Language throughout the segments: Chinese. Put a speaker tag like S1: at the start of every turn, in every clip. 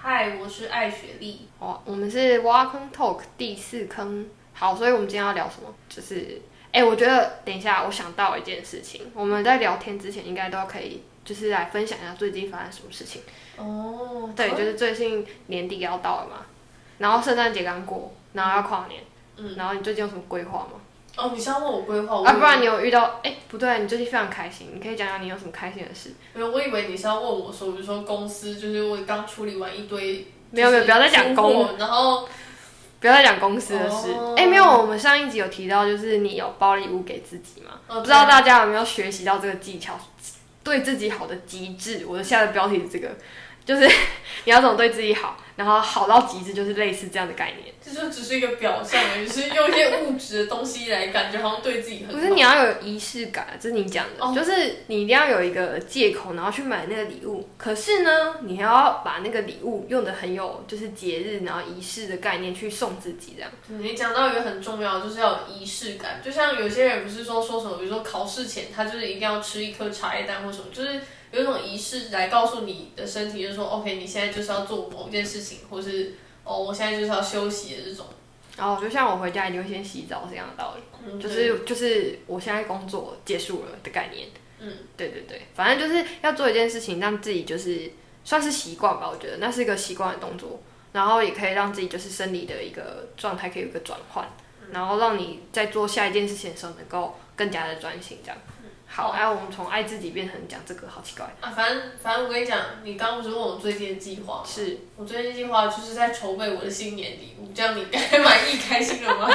S1: 嗨，我是艾雪莉。
S2: 哦，我们是挖坑 talk 第四坑。好，所以我们今天要聊什么？就是，哎、我觉得等一下，我想到一件事情，我们在聊天之前应该都可以，就是来分享一下最近发生什么事
S1: 啊
S2: 情。
S1: 哦，
S2: 对，就是最近年底要到了嘛，然后圣诞节刚过，然后要跨年，嗯，然后你最近有什么规划吗？
S1: 哦，你是要问我规划？我以
S2: 啊，
S1: 为
S2: 不然你有遇到？哎、不对，你最近非常开心，你可以讲讲你有什么开心的事？
S1: 没有，我以为你是要问我说，比如说公司，就是我刚处理完一堆，
S2: 没有没有不要再讲公
S1: 公，然后
S2: 不要再讲公司的事。哎、
S1: 哦
S2: 没有，我们上一集有提到，就是你有包礼物给自己嘛？
S1: 哦
S2: 不知道大家有没有学习到这个技巧，对自己好的极致。我的下的标题是这个，就是 你要怎么对自己好，然后好到极致，就是类似这样的概念。
S1: 这就只是一个表象而已，就是用一些物质的东西来感觉好像对自己很
S2: 不是你要有仪式感，啊这是你讲的，
S1: 哦
S2: 就是你一定要有一个借口，然后去买那个礼物。可是呢，你还要把那个礼物用的很有就是节日然后仪式的概念去送自己，这样。
S1: 你讲到一个很重要，就是要有仪式感。就像有些人不是说说什么，比如说考试前他就是一定要吃一颗茶叶蛋或什么，就是有一种仪式来告诉你的身体，就是说 OK，你现在就是要做某件事情，或是哦，我现在就是要休息的这种。
S2: 然后就像我回家一定会先洗澡这样的道理。
S1: 嗯
S2: 就是就是我现在工作结束了的概念。
S1: 嗯，
S2: 对对对，反正就是要做一件事情，让自己就是算是习惯吧，我觉得那是一个习惯的动作，然后也可以让自己就是生理的一个状态可以有一个转换，然后让你在做下一件事情的时候能够更加的专心这样。好，哎、我们从爱自己变成讲这个，好奇怪。
S1: 啊，反正反正我跟你讲，你刚不是问我最近的计划吗？
S2: 是，
S1: 我最近的计划就是在筹备我的新年礼物，这样你该满意开心了吗？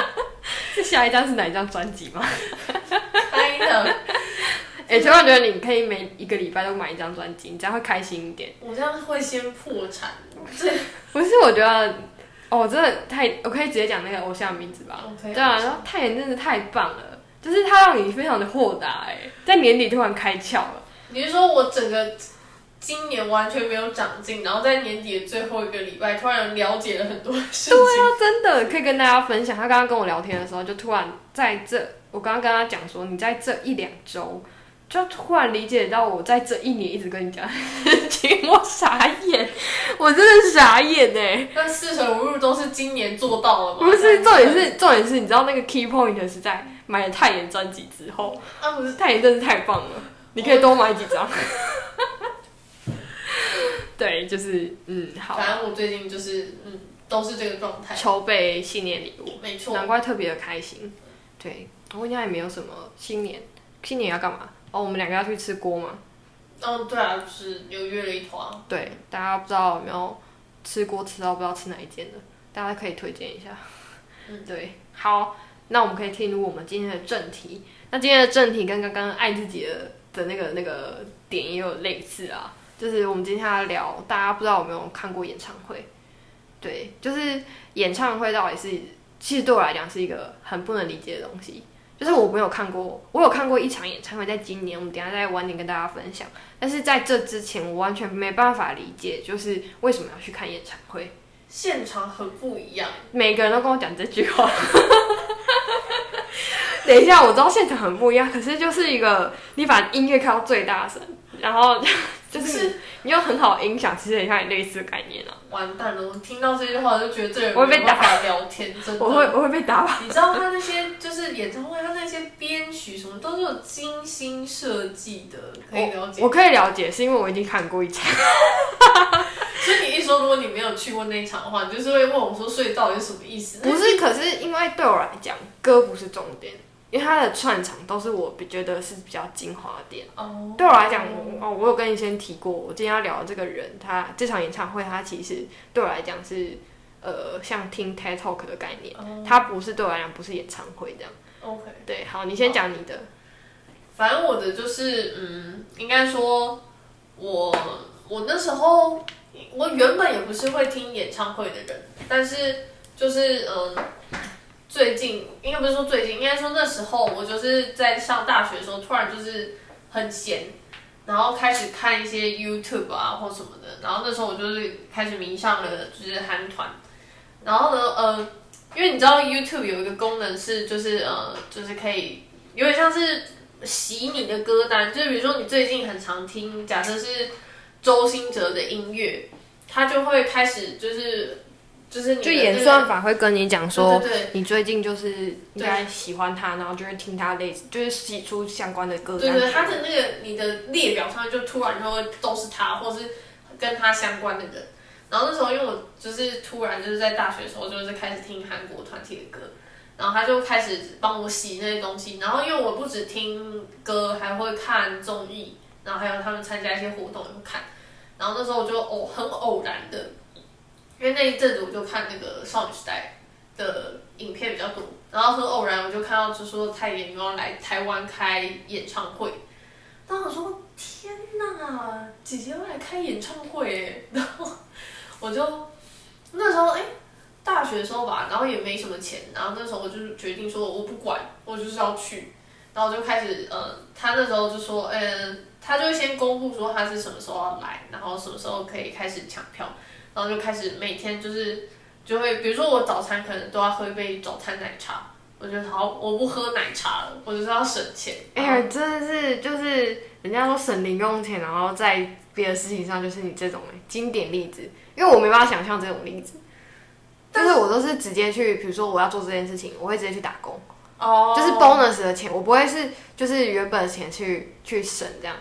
S2: 是 下一张是哪一张专辑吗？
S1: 开的，
S2: 哎、突然觉得你可以每一个礼拜都买一张专辑，你这样会开心一点。
S1: 我这样会先破产。
S2: 不是，我觉得，哦，我真的太，我可以直接讲那个偶像的名字吧。
S1: OK，
S2: 对啊，然后泰妍真的太棒了，就是他让你非常的豁达哎，在年底突然开窍了。
S1: 你是说我整个今年完全没有长进，然后在年底的最后一个礼拜，突然了解了很多事情。
S2: 对啊，真的可以跟大家分享，他刚刚跟我聊天的时候，就突然在这，我刚刚跟他讲说，你在这一两周。就突然理解到我在这一年一直跟你讲的 事情，我傻眼，我真的傻眼哎！
S1: 那四舍五入都是今年做到了吗？
S2: 不是，重点是重点是，你知道那个 key point 是在买了泰妍专辑之后，
S1: 啊，不是
S2: 太妍真是太棒了，你可以多买几张。 对，就是嗯，好，
S1: 反正我最近就是嗯，都是这个状态。
S2: 筹备新年礼物，
S1: 没错，
S2: 难怪特别的开心。对，我应该也没有什么新年，新年要干嘛？哦，我们两个要去吃锅嘛。
S1: 嗯，对啊，就是有约了一团。
S2: 对，大家不知道有没有吃锅吃到不知道吃哪一间的，大家可以推荐一下。嗯， 对，好，那我们可以进入我们今天的正题。那今天的正题跟刚刚爱自己的的那个那个点也有类似啊，就是我们今天要聊，大家不知道有没有看过演唱会？对，就是演唱会到底是，其实对我来讲是一个很不能理解的东西。就是我没有看过，我有看过一场演唱会，在今年，我们等一下再晚点跟大家分享。但是在这之前，我完全没办法理解，就是为什么要去看演唱会。
S1: 现场很不一样，
S2: 每个人都跟我讲这句话。 等一下，我知道现场很不一样，可是就是一个你把音乐开到最大声，然后 就是你用很好的音响，其实很像你类似的概念啊。
S1: 完蛋了！我听到这句话就觉得这人
S2: 我会被
S1: 没办法聊天，真的。
S2: 我会我会被打吧？
S1: 你知道他那些就是演唱会，他那些编曲什么都是有精心设计的，可以了解
S2: 我。我可以了解，是因为我已经看过一场。
S1: 所以你一说，如果你没有去过那一场的话，你就是会问我说，所以到底是什么意思？
S2: 不是，可是因为对我来讲，歌不是重点，因为它的串场都是我比觉得是比较精华的点。
S1: 哦，
S2: 对我来讲，我哦，我有跟你先提过，我今天要聊的这个人，他这场演唱会，他其实对我来讲是呃，像听 TED Talk 的概念，
S1: 哦
S2: 他不是对我来讲不是演唱会这样。
S1: ，OK。
S2: 对，好，你先讲你的。
S1: 反正我的就是，嗯，应该说，我我那时候我原本也不是会听演唱会的人，但是就是嗯，最近应该不是说最近，应该说那时候我就是在上大学的时候，突然就是很闲，然后开始看一些 YouTube 啊或什么的，然后那时候我就是开始迷上了就是韩团，然后呢，呃，因为你知道 YouTube 有一个功能是就是呃就是可以有点像是洗你的歌单，就是比如说你最近很常听，假设是周兴哲的音乐，他就会开始就是就是你的
S2: 就
S1: 那
S2: 演
S1: 个
S2: 算法会跟你讲说，
S1: 对对对
S2: 你最近就是应该喜欢他，然后就会听他类似，就是洗出相关的歌
S1: 对
S2: 单。
S1: 对，他的那个你的列表上面就突然就会都是他，或是跟他相关的人。然后那时候因为我就是突然就是在大学的时候就是开始听韩国团体的歌，然后他就开始帮我洗那些东西。然后因为我不只听歌，还会看综艺，然后还有他们参加一些活动也会看。然后那时候我就偶很偶然的，因为那一阵子我就看那个少女时代的影片比较多，然后很偶然我就看到就说蔡妍又要来台湾开演唱会，当时我说天哪，姐姐要来开演唱会 耶，然后我就那时候哎、大学的时候吧，然后也没什么钱，然后那时候我就决定说我不管，我就是要去，然后我就开始呃，他那时候就说嗯、呃他就会先公布说他是什么时候要来，然后什么时候可以开始抢票，然后就开始每天就是就会，比如说我早餐可能都要喝一杯早餐奶茶，我觉得好，我不喝奶茶了，我就是要省钱。
S2: 哎呀，真的是就是人家说省零用钱，然后在别的事情上，就是你这种、哎经典例子，因为我没办法想象这种例子。但是我都是直接去，比如说我要做这件事情，我会直接去打工，
S1: 哦
S2: 就是 bonus 的钱，我不会是就是原本的钱去去省这样。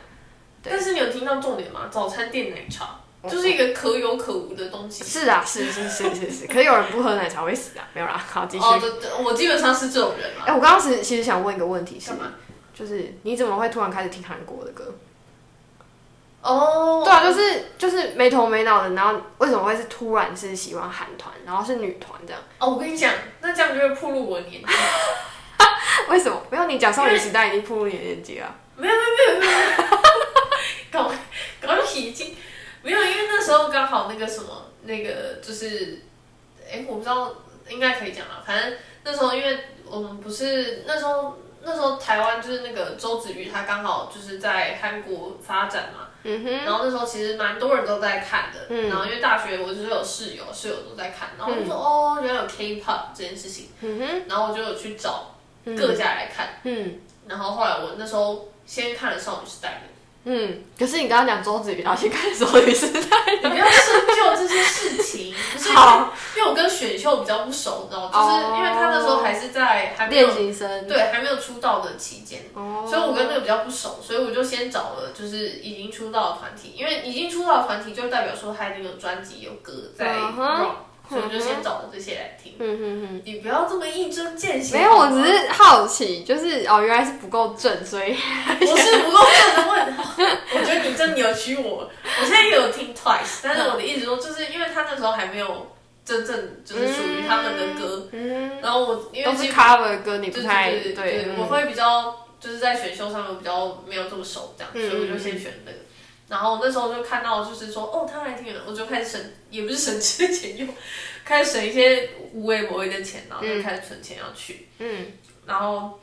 S1: 但是你有听到重点吗？早餐店奶茶
S2: 哦
S1: 就是一个可有可无的东西。
S2: 是啊，是是是是是，可是有人不喝奶茶会死啊，没有啦，好继续。
S1: 哦，对对，我基本上是这种人
S2: 哎、
S1: 嘛。
S2: 我刚刚其实其实想问一个问题是
S1: 干，嘛？
S2: 就是你怎么会突然开始听韩国的歌？
S1: 哦，
S2: 对啊，就是就是没头没脑的，然后为什么会是突然是喜欢韩团，然后是女团这样？
S1: 哦，我跟你讲，那这样就会暴露我的 年纪。
S2: 为什么？没有，你讲少女时代已经步入你的年纪了。
S1: 搞搞已经没有，因为那时候刚好那个什么，那个就是，哎、我不知道，应该可以讲了。反正那时候因为我们不是那时候那时候台湾就是那个周子瑜，他刚好就是在韩国发展嘛。
S2: 嗯哼，
S1: 然后那时候其实蛮多人都在看的，
S2: 嗯
S1: 然后因为大学我就是有室友，室友都在看，然后我就说、哦，原来有 K-pop 这件事情，
S2: 嗯哼，
S1: 然后我就有去找各家来看，
S2: 嗯
S1: 然后后来我那时候先看了少女时 代的，
S2: 嗯。可是你刚刚讲周子瑜，然后去看少女时 代
S1: 你不要深究这些事情，不是因为
S2: 好
S1: 因为我跟选秀比较不熟，你知道吗？就是因为他那时候还是在还没
S2: 练
S1: 有
S2: 习生。
S1: 对还没有出道的期间，
S2: 哦
S1: 所以我跟那个比较不熟，所以我就先找了就是已经出道的团体，因为已经出道的团体就代表说他已经有专辑有歌在
S2: 嗯
S1: run，、
S2: 哼
S1: 所以我就先找了这些来听。
S2: 嗯哼哼。
S1: 你不要这么一针见血，
S2: 没有，我
S1: 好吗
S2: 只是好奇，就是哦，原来是不够正，所以
S1: 我是不够正的问号，我觉得你真扭曲我。我现在也有听 Twice，但是我的意思说，就是因为他那时候还没有真正就是属于他们的歌，
S2: 嗯，
S1: 然后我因为
S2: 都是
S1: 基
S2: cover 歌，你不
S1: 对对
S2: 太
S1: 对对，
S2: 嗯
S1: 我会比较就是在选秀上面比较没有这么熟这样，
S2: 嗯
S1: 所以我就先选那个。然后那时候就看到就是说哦，他来听了，我就开始省，也不是省吃俭用，开始省一些无为不为的钱，然后就开始存钱要去。
S2: 嗯
S1: 然后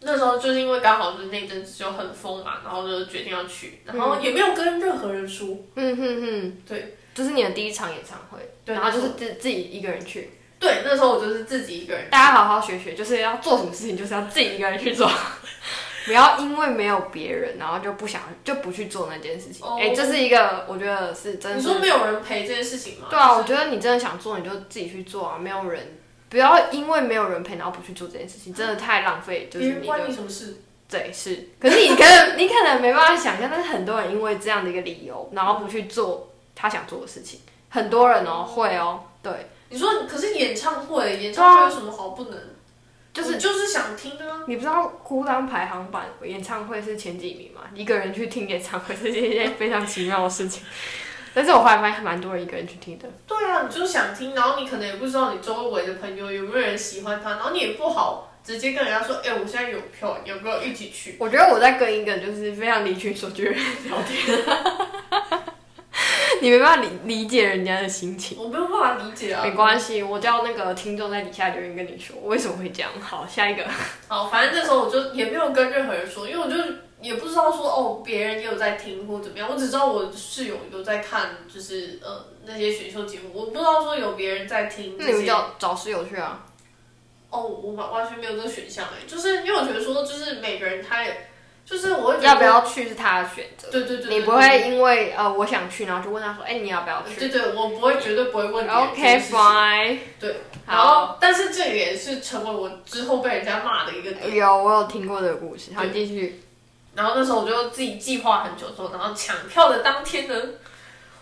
S1: 那时候就是因为刚好就是那阵子就很疯嘛，然后就决定要去，然后也没有跟任何人说，
S2: 嗯哼哼，
S1: 对
S2: 这是你的第一场演唱会，
S1: 对
S2: 然后就
S1: 没
S2: 是自自己一个人去，
S1: 对，那时候我就是自己一个人，
S2: 大家好好学学，就是要做什么事情就是要自己一个人去做，不要因为没有别人，然后就不想就不去做那件事情。哎、
S1: 哦
S2: 这是一个我觉得是真的
S1: 你
S2: 是，
S1: 说没有人陪这件事情吗？
S2: 对啊，我觉得你真的想做你就自己去做啊，没有人。不要因为没有人陪，然后不去做这件事情，真的太浪费，就是
S1: 别
S2: 你
S1: 人关
S2: 的
S1: 你什么事？
S2: 对是。可是你可能你可能没办法想象，但是很多人因为这样的一个理由，然后不去做他想做的事情，很多人哦会哦，对，
S1: 你说可是演唱会，演唱会有什么好不能？
S2: 就是
S1: 我就是想听啊，
S2: 你不知道孤单排行榜演唱会是前几名吗？一个人去听演唱会是一件非常奇妙的事情。但是我后来发现蛮多人一个人去听的，
S1: 对啊，你就想听，然后你可能也不知道你周围的朋友有没有人喜欢他，然后你也不好直接跟人家说，哎、我现在有票，你要不要一 起去？
S2: 我觉得我在跟一个就是非常离群索居的人聊天， 你没办法理理解人家的心情。
S1: 我没有办法理解啊
S2: 没。关系，我叫那个听众在底下留言跟你说为什么会这样。好，下一个，
S1: 好，反正那时候我就也没有跟任何人说，因为我就也不知道说哦，别人也有在听或怎么样，我只知道我室友有在看，就是呃那些选秀节目，我不知道说有别人在听
S2: 那你
S1: 这
S2: 们
S1: 些。
S2: 叫找室友去啊？
S1: 欸哦，我完完全没有这个选项哎，就是因为我觉得说，就是每个人他也就是我会觉
S2: 要不
S1: 得，
S2: 要去是他的选择，
S1: 对对对，对
S2: 你不会因为呃我想去，然后就问他说，哎、你要不要去
S1: 对对，我不会，绝对不会问别人这件
S2: ？OK
S1: 事情
S2: fine，
S1: 对，然
S2: 好，
S1: 后但是这个也是成为我之后被人家骂的一个点。
S2: 有我有听过这个故事，好继续，
S1: 然后那时候我就自己计划很久之后，然后抢票的当天呢，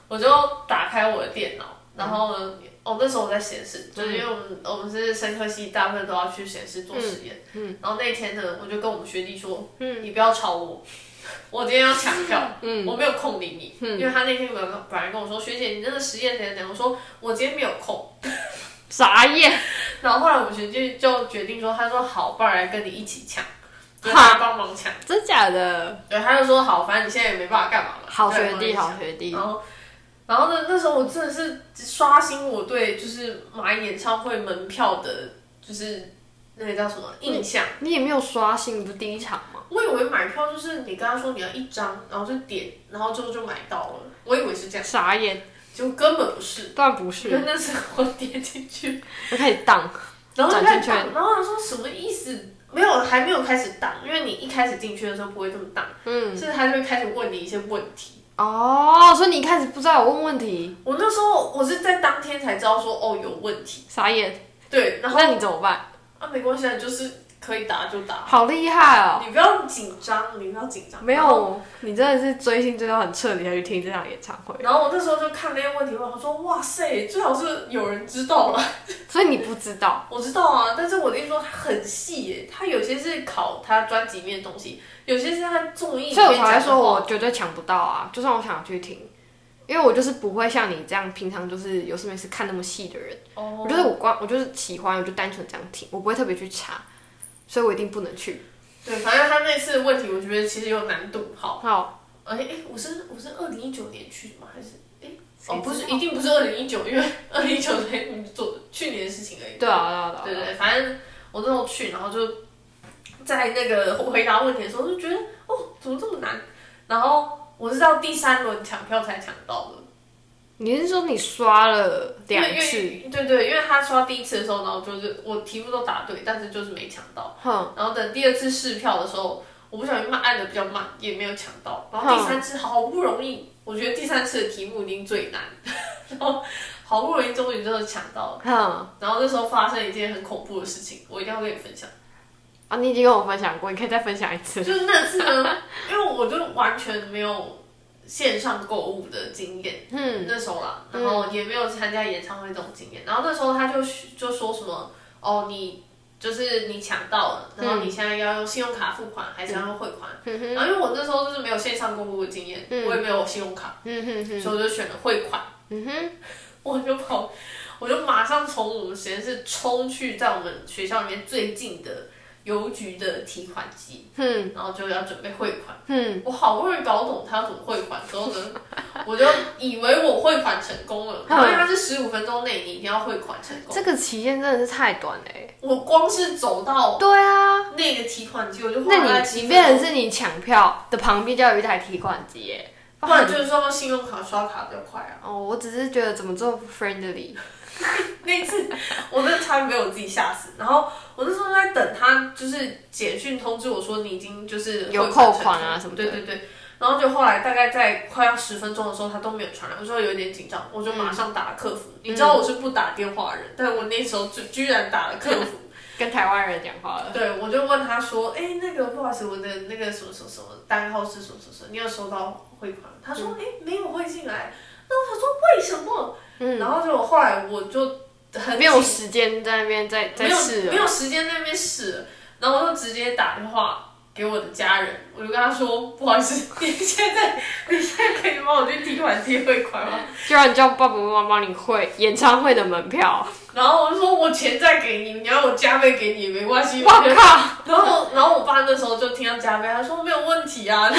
S1: 我就打开我的电脑，然后呢，哦那时候我在实验室，就是因为我们、我们是生科系，大部分都要去实验室做实验。嗯。然后那天呢，我就跟我们学弟说，嗯，你不要吵我，我今天要抢票， 嗯，我没有空理你，嗯，因为他那天本来本来跟我说，学姐你那个实验怎样怎样，我说我今天没有空。
S2: 傻眼，
S1: 然后后来我们学弟就决定说，他说好，不然来跟你一起抢，就是他帮忙抢。
S2: 真假的？
S1: 对，他就说好，反正你现在也没办法干嘛嘛。
S2: 好
S1: 对
S2: 学弟，好。学弟
S1: 然，后，然后呢？那时候我真的是刷新我对就是马演唱会门票的，就是那个叫什么印象。
S2: 你也没有刷新，你不是第一场吗？
S1: 我以为买票就是你跟他说你要一张，然后就点，然后之后就买到了。我以为是这样，
S2: 傻眼，
S1: 结果根本不是。
S2: 当然不
S1: 因为
S2: 是，
S1: 那时候我点 进去，
S2: 我开始荡，
S1: 然后就开始
S2: 转
S1: 挡，然后他说什么意思？没有，还没有开始挡，因为你一开始进去的时候不会这么挡，
S2: 嗯，
S1: 就是他就会开始问你一些问题。
S2: 哦，所以你一开始不知道我问问题，
S1: 我那时候我是在当天才知道说哦有问题，
S2: 傻眼，
S1: 对，然后
S2: 那你怎么办？
S1: 啊没关系，啊，就是可以打就打，
S2: 好厉害哦！
S1: 你不要紧张，你不要紧张，
S2: 没
S1: 然后。
S2: 有，你真的是追星追到很彻底才去听这场演 唱会，
S1: 然后我那时候就看那些问题，我想说哇塞，最好是有人知道了。
S2: 所以你不知道
S1: 我知道啊，但是我的意思说它很细耶，它有些是考他专辑里面的东西，有些是他综艺里
S2: 所以我
S1: 面
S2: 才
S1: 讲
S2: 会
S1: 的
S2: 说
S1: 话
S2: 我绝对抢不到啊！就算我想去听，因为我就是不会像你这样平常就是有事没事看那么细的人。
S1: 哦
S2: 我觉得我光我就是喜欢，我就单纯这样听，我不会特别去查，所以我一定不能去。
S1: 对，反正他那次的问题，我觉得其实有难度。好，
S2: 好，
S1: 而且哎，我是我是二零一九年去的吗？还是哎
S2: 谁
S1: 哦不是，
S2: 知道
S1: 一定不是二零一九，因为 二零一九年做去年的事情而已。
S2: 对啊，对啊，
S1: 对
S2: 对啊，
S1: 对，反正我那时候去，然后就在那个回答问题的时候就觉得哦怎么这么难，然后我是到第三轮抢票才抢到的，
S2: 你是说你刷了两
S1: 因为
S2: 次？
S1: 因为对对，因为他刷第一次的时候，然后就是我题目都答对，但是就是没抢到。
S2: 哼，
S1: 然后等第二次试票的时候，我不小心慢按的比较慢，也没有抢到。然后第三次好不容易，我觉得第三次的题目一定最难，然后好不容易终于真的抢到。
S2: 哼，
S1: 然后那时候发生一件很恐怖的事情，我一定要跟你分享。
S2: 啊，你已经跟我分享过，你可以再分享一次。
S1: 就是那次呢，因为我就完全没有线上购物的经验，嗯，那时候啦，然后也没有参加演唱会这种经验。然后那时候他就就说什么哦，你就是你抢到了，然后你现在要用信用卡付款还是要用汇款？然后因为我那时候就是没有线上购物的经验，我也没有信用卡，
S2: 嗯哼，
S1: 所以我就选了汇款。
S2: 嗯哼，
S1: 我就跑，我就马上从我们实验室冲去在我们学校里面最近的邮局的提款机，嗯，然后就要准备汇款，嗯，我好不容易搞懂他要怎么汇款之后呢， 我就以为我汇款成功了，因为它是十五分钟内你一定要汇款成功，
S2: 这个期间真的是太短嘞、
S1: 我光是走到
S2: 对啊，
S1: 那个提款机我就花
S2: 那
S1: 了
S2: 你
S1: 几
S2: 即
S1: 分
S2: 便
S1: 钟，
S2: 是你抢票的旁边就有一台提款机耶，
S1: 不然就是说信用卡刷卡比较快啊。
S2: 哦，我只是觉得怎么这么不 friendly，
S1: 那次我真的差点被我自己吓死。然后我那时候在等他，就是简讯通知我说你已经就是
S2: 有
S1: 汇款
S2: 扣
S1: 成
S2: 款啊
S1: 功
S2: 什么的
S1: 对对对。然后就后来大概在快要十分钟的时候，他都没有传来，我说有点紧张，我就
S2: 嗯
S1: 马上打了客服。你知道我是不打电话的人，但我那时候就居然打了客 服。
S2: 跟台湾人讲话了。
S1: 对，我就问他说，哎、那个不好意思，我的那个什么什么什么单号是什么什么什么，你有收到汇款吗？他说，
S2: 嗯
S1: 哎、没有汇进来。那我想说为什么？
S2: 嗯
S1: 然后就后来我就很
S2: 没有时间在那边再再
S1: 没有
S2: 试
S1: 没
S2: 了，
S1: 有时间在那边试了，然后我就直接打电话给我的家人，我就跟他说，不好意思，你现在你现在可以帮我去提款机汇 款吗？
S2: 就让你叫爸爸妈妈帮你汇演唱会的门票。
S1: 然后我就说我钱再给你，你要我加倍给你也没关系。
S2: 我靠，
S1: 然后然后我爸那时候就听到加倍，他说没有问 题啊。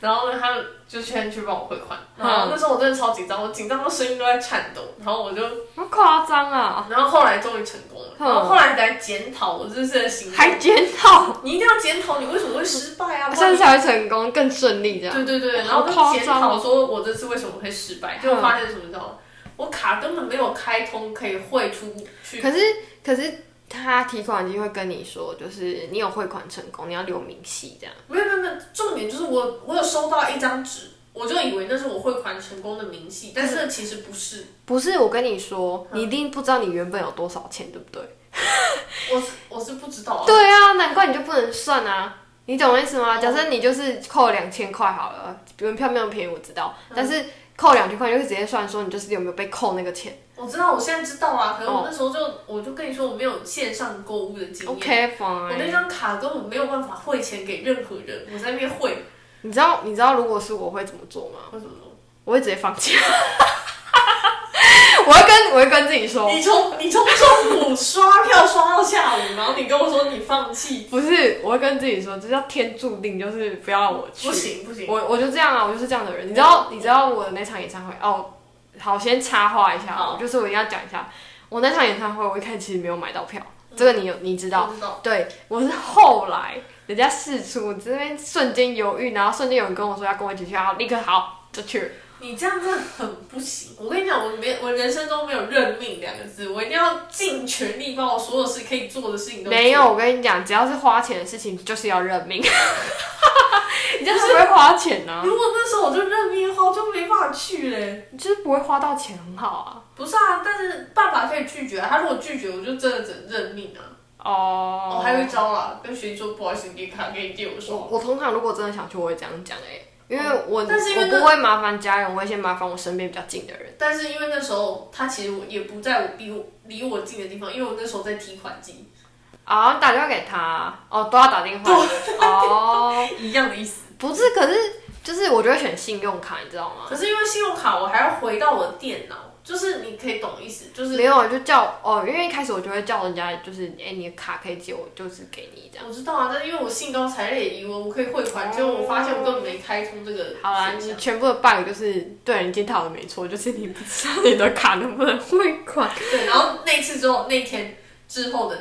S1: 然后呢，他就先去帮我汇款。
S2: 嗯
S1: 然后那时候我真的超紧张，我紧张到声音都在颤抖。然后我就，
S2: 好夸张啊！
S1: 然后后来终于成功了。
S2: 嗯
S1: 然后后来才检讨我这次的行为。
S2: 还检讨，
S1: 你一定要检讨你为什么会失败啊！不
S2: 甚
S1: 然
S2: 至
S1: 你
S2: 才会成功，更顺利这样。
S1: 对对对，然
S2: 好
S1: 后
S2: 夸张哦
S1: 就检讨说我这次为什么会失败，结果发现什么你知道吗？我卡根本没有开通，可以汇出去。
S2: 可是可是他提款机会跟你说，就是你有汇款成功，你要留明细这样。
S1: 没有没有没有，重点就是我我有收到一张纸，我就以为那是我汇款成功的明细，但
S2: 嗯
S1: 是其实不是。
S2: 不是我跟你说，你一定不知道你原本有多少钱，对不对？
S1: 我是我是不知道 啊，
S2: 对啊，难怪你就不能算啊，你懂我意思
S1: 嗯
S2: 吗？假设你就是扣两千块好了，比如票没有便宜，我知道，但是扣两千块就会直接算说你就是有没有被扣那个钱。
S1: 我知道，我现在知道
S2: 哦
S1: 啊。可是我那时候就、我就跟你说，我没有线上购物的经验。
S2: OK
S1: 我
S2: 哦
S1: 那
S2: fine。
S1: 张卡根本没有办法汇钱给任何人，我在那边汇，
S2: 你知道你知道如果是我会怎么做吗？
S1: 我怎么
S2: 我会直接放弃。 我会跟我会跟自己说
S1: 说？，你从你从中午刷票刷到下午，然后你跟我说你放弃，
S2: 不是，我会跟自己说，这叫天注定，就是不要让我去
S1: 不。行不行，嗯
S2: 我我就这样啊，我就是这样的人。你知道你知道我的那场演唱会哦，好，先插话一下，
S1: 好
S2: 我就是我一定要讲一下，我那场演唱会我一开始其实没有买到票，这个你有你知道，
S1: 不知道
S2: 对我是后来人家试出，我这边瞬间犹豫，然后瞬间有人跟我说要跟我一起去，然后立刻好就去了。
S1: 你这样真的很不行。我跟你讲，我没我人生中没有认命两个字，我一定要尽全力把我所有事可以做的事情都做
S2: 没有，，我跟你讲，只要是花钱的事情，就是要认命。 你就是不会花钱呢、
S1: 如果那时候我就认命的话，我就没办法去嘞。
S2: 你就是不会花到钱，很好啊。
S1: 不是啊，但是爸爸可以拒绝啊。他如果拒绝，我就真的只能认命啊。
S2: 哦
S1: 哦，还有一招啦，跟学弟说不好意思，你卡可以借我刷。
S2: 我我通常如果真的想去，我会这样讲哎、因为我
S1: 哦但是因为
S2: 我不会麻烦家人，我会先麻烦我身边比较近的人。
S1: 但是因为那时候他其实我也不在我离我离我近的地方，因为我那时候在提款机，
S2: 啊，你打电话给他哦，都要打电话哦，
S1: 一样的意思。
S2: 不是，可是就是我就会选信用卡，你知道吗？
S1: 可是因为信用卡，我还要回到我的电脑，就是你可以懂意思，就是
S2: 没有，就叫哦，因为一开始我就会叫人家，就是哎、你的卡可以借我，就是给你这样。
S1: 我知道啊，但是因为我兴高采烈，以为我可以汇款，结果我发现我根本没开通这个
S2: 好啊啦，
S1: 选项
S2: 你全部的 bug 就是对人检讨的没错，就是你不知道你的卡能不能汇款。
S1: 对，然后那次之后，那天之后的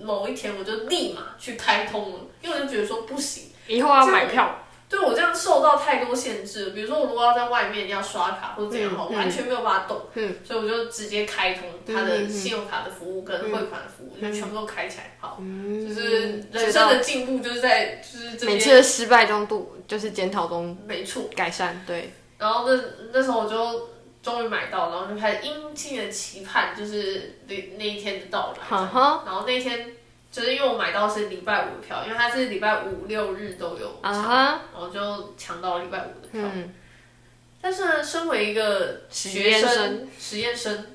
S1: 某一天，我就立马去开通了，因为我就觉得说不行，
S2: 以后要买票，
S1: 对我这样受到太多限制，比如说我如果要在外面要刷卡或者怎样，我、
S2: 嗯嗯
S1: 完全没有办法动，
S2: 嗯
S1: 所以我就直接开通它
S2: 嗯嗯
S1: 的
S2: 嗯
S1: 信用卡的服务跟汇款的服务，就全部都开起来，好，
S2: 嗯
S1: 就是人生的进步就是在就是这
S2: 每
S1: 些，
S2: 次的失败中度，就是检讨中
S1: 没错，
S2: 改善，对，
S1: 然后那那时候我就。终于买到，然后就开始殷切的期盼，就是那那一天的到来。
S2: 哈哈，
S1: 然后那天就是因为我买到是礼拜五的票，因为它是礼拜五六日都有，
S2: 啊哈，
S1: 然后就抢到了礼拜五的票。
S2: 嗯，
S1: 但是呢，身为一个
S2: 实
S1: 学
S2: 验
S1: 生，实验生，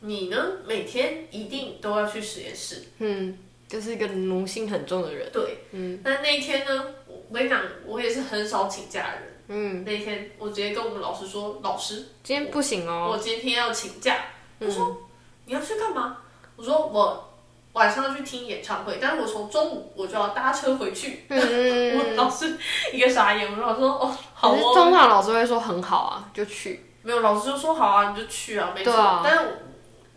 S1: 你呢每天一定都要去实验室。
S2: 嗯，就是一个奴性很重的人，
S1: 对，嗯。但那一天呢，我我跟你讲，我也是很少请假的人。嗯，那天我直接跟我们老师说，老师，
S2: 今天不行哦，嗯
S1: 我今天要请假。他说、你要去干嘛？我说我晚上要去听演唱会，但是我从中午我就要搭车回去。
S2: 嗯，
S1: 我老师一个傻眼，我说老师说哦 好
S2: 可是
S1: 哦，
S2: 通常老师会说很好啊，就去，
S1: 没有老师就说好啊，你就去啊，没错。
S2: 对啊
S1: 但是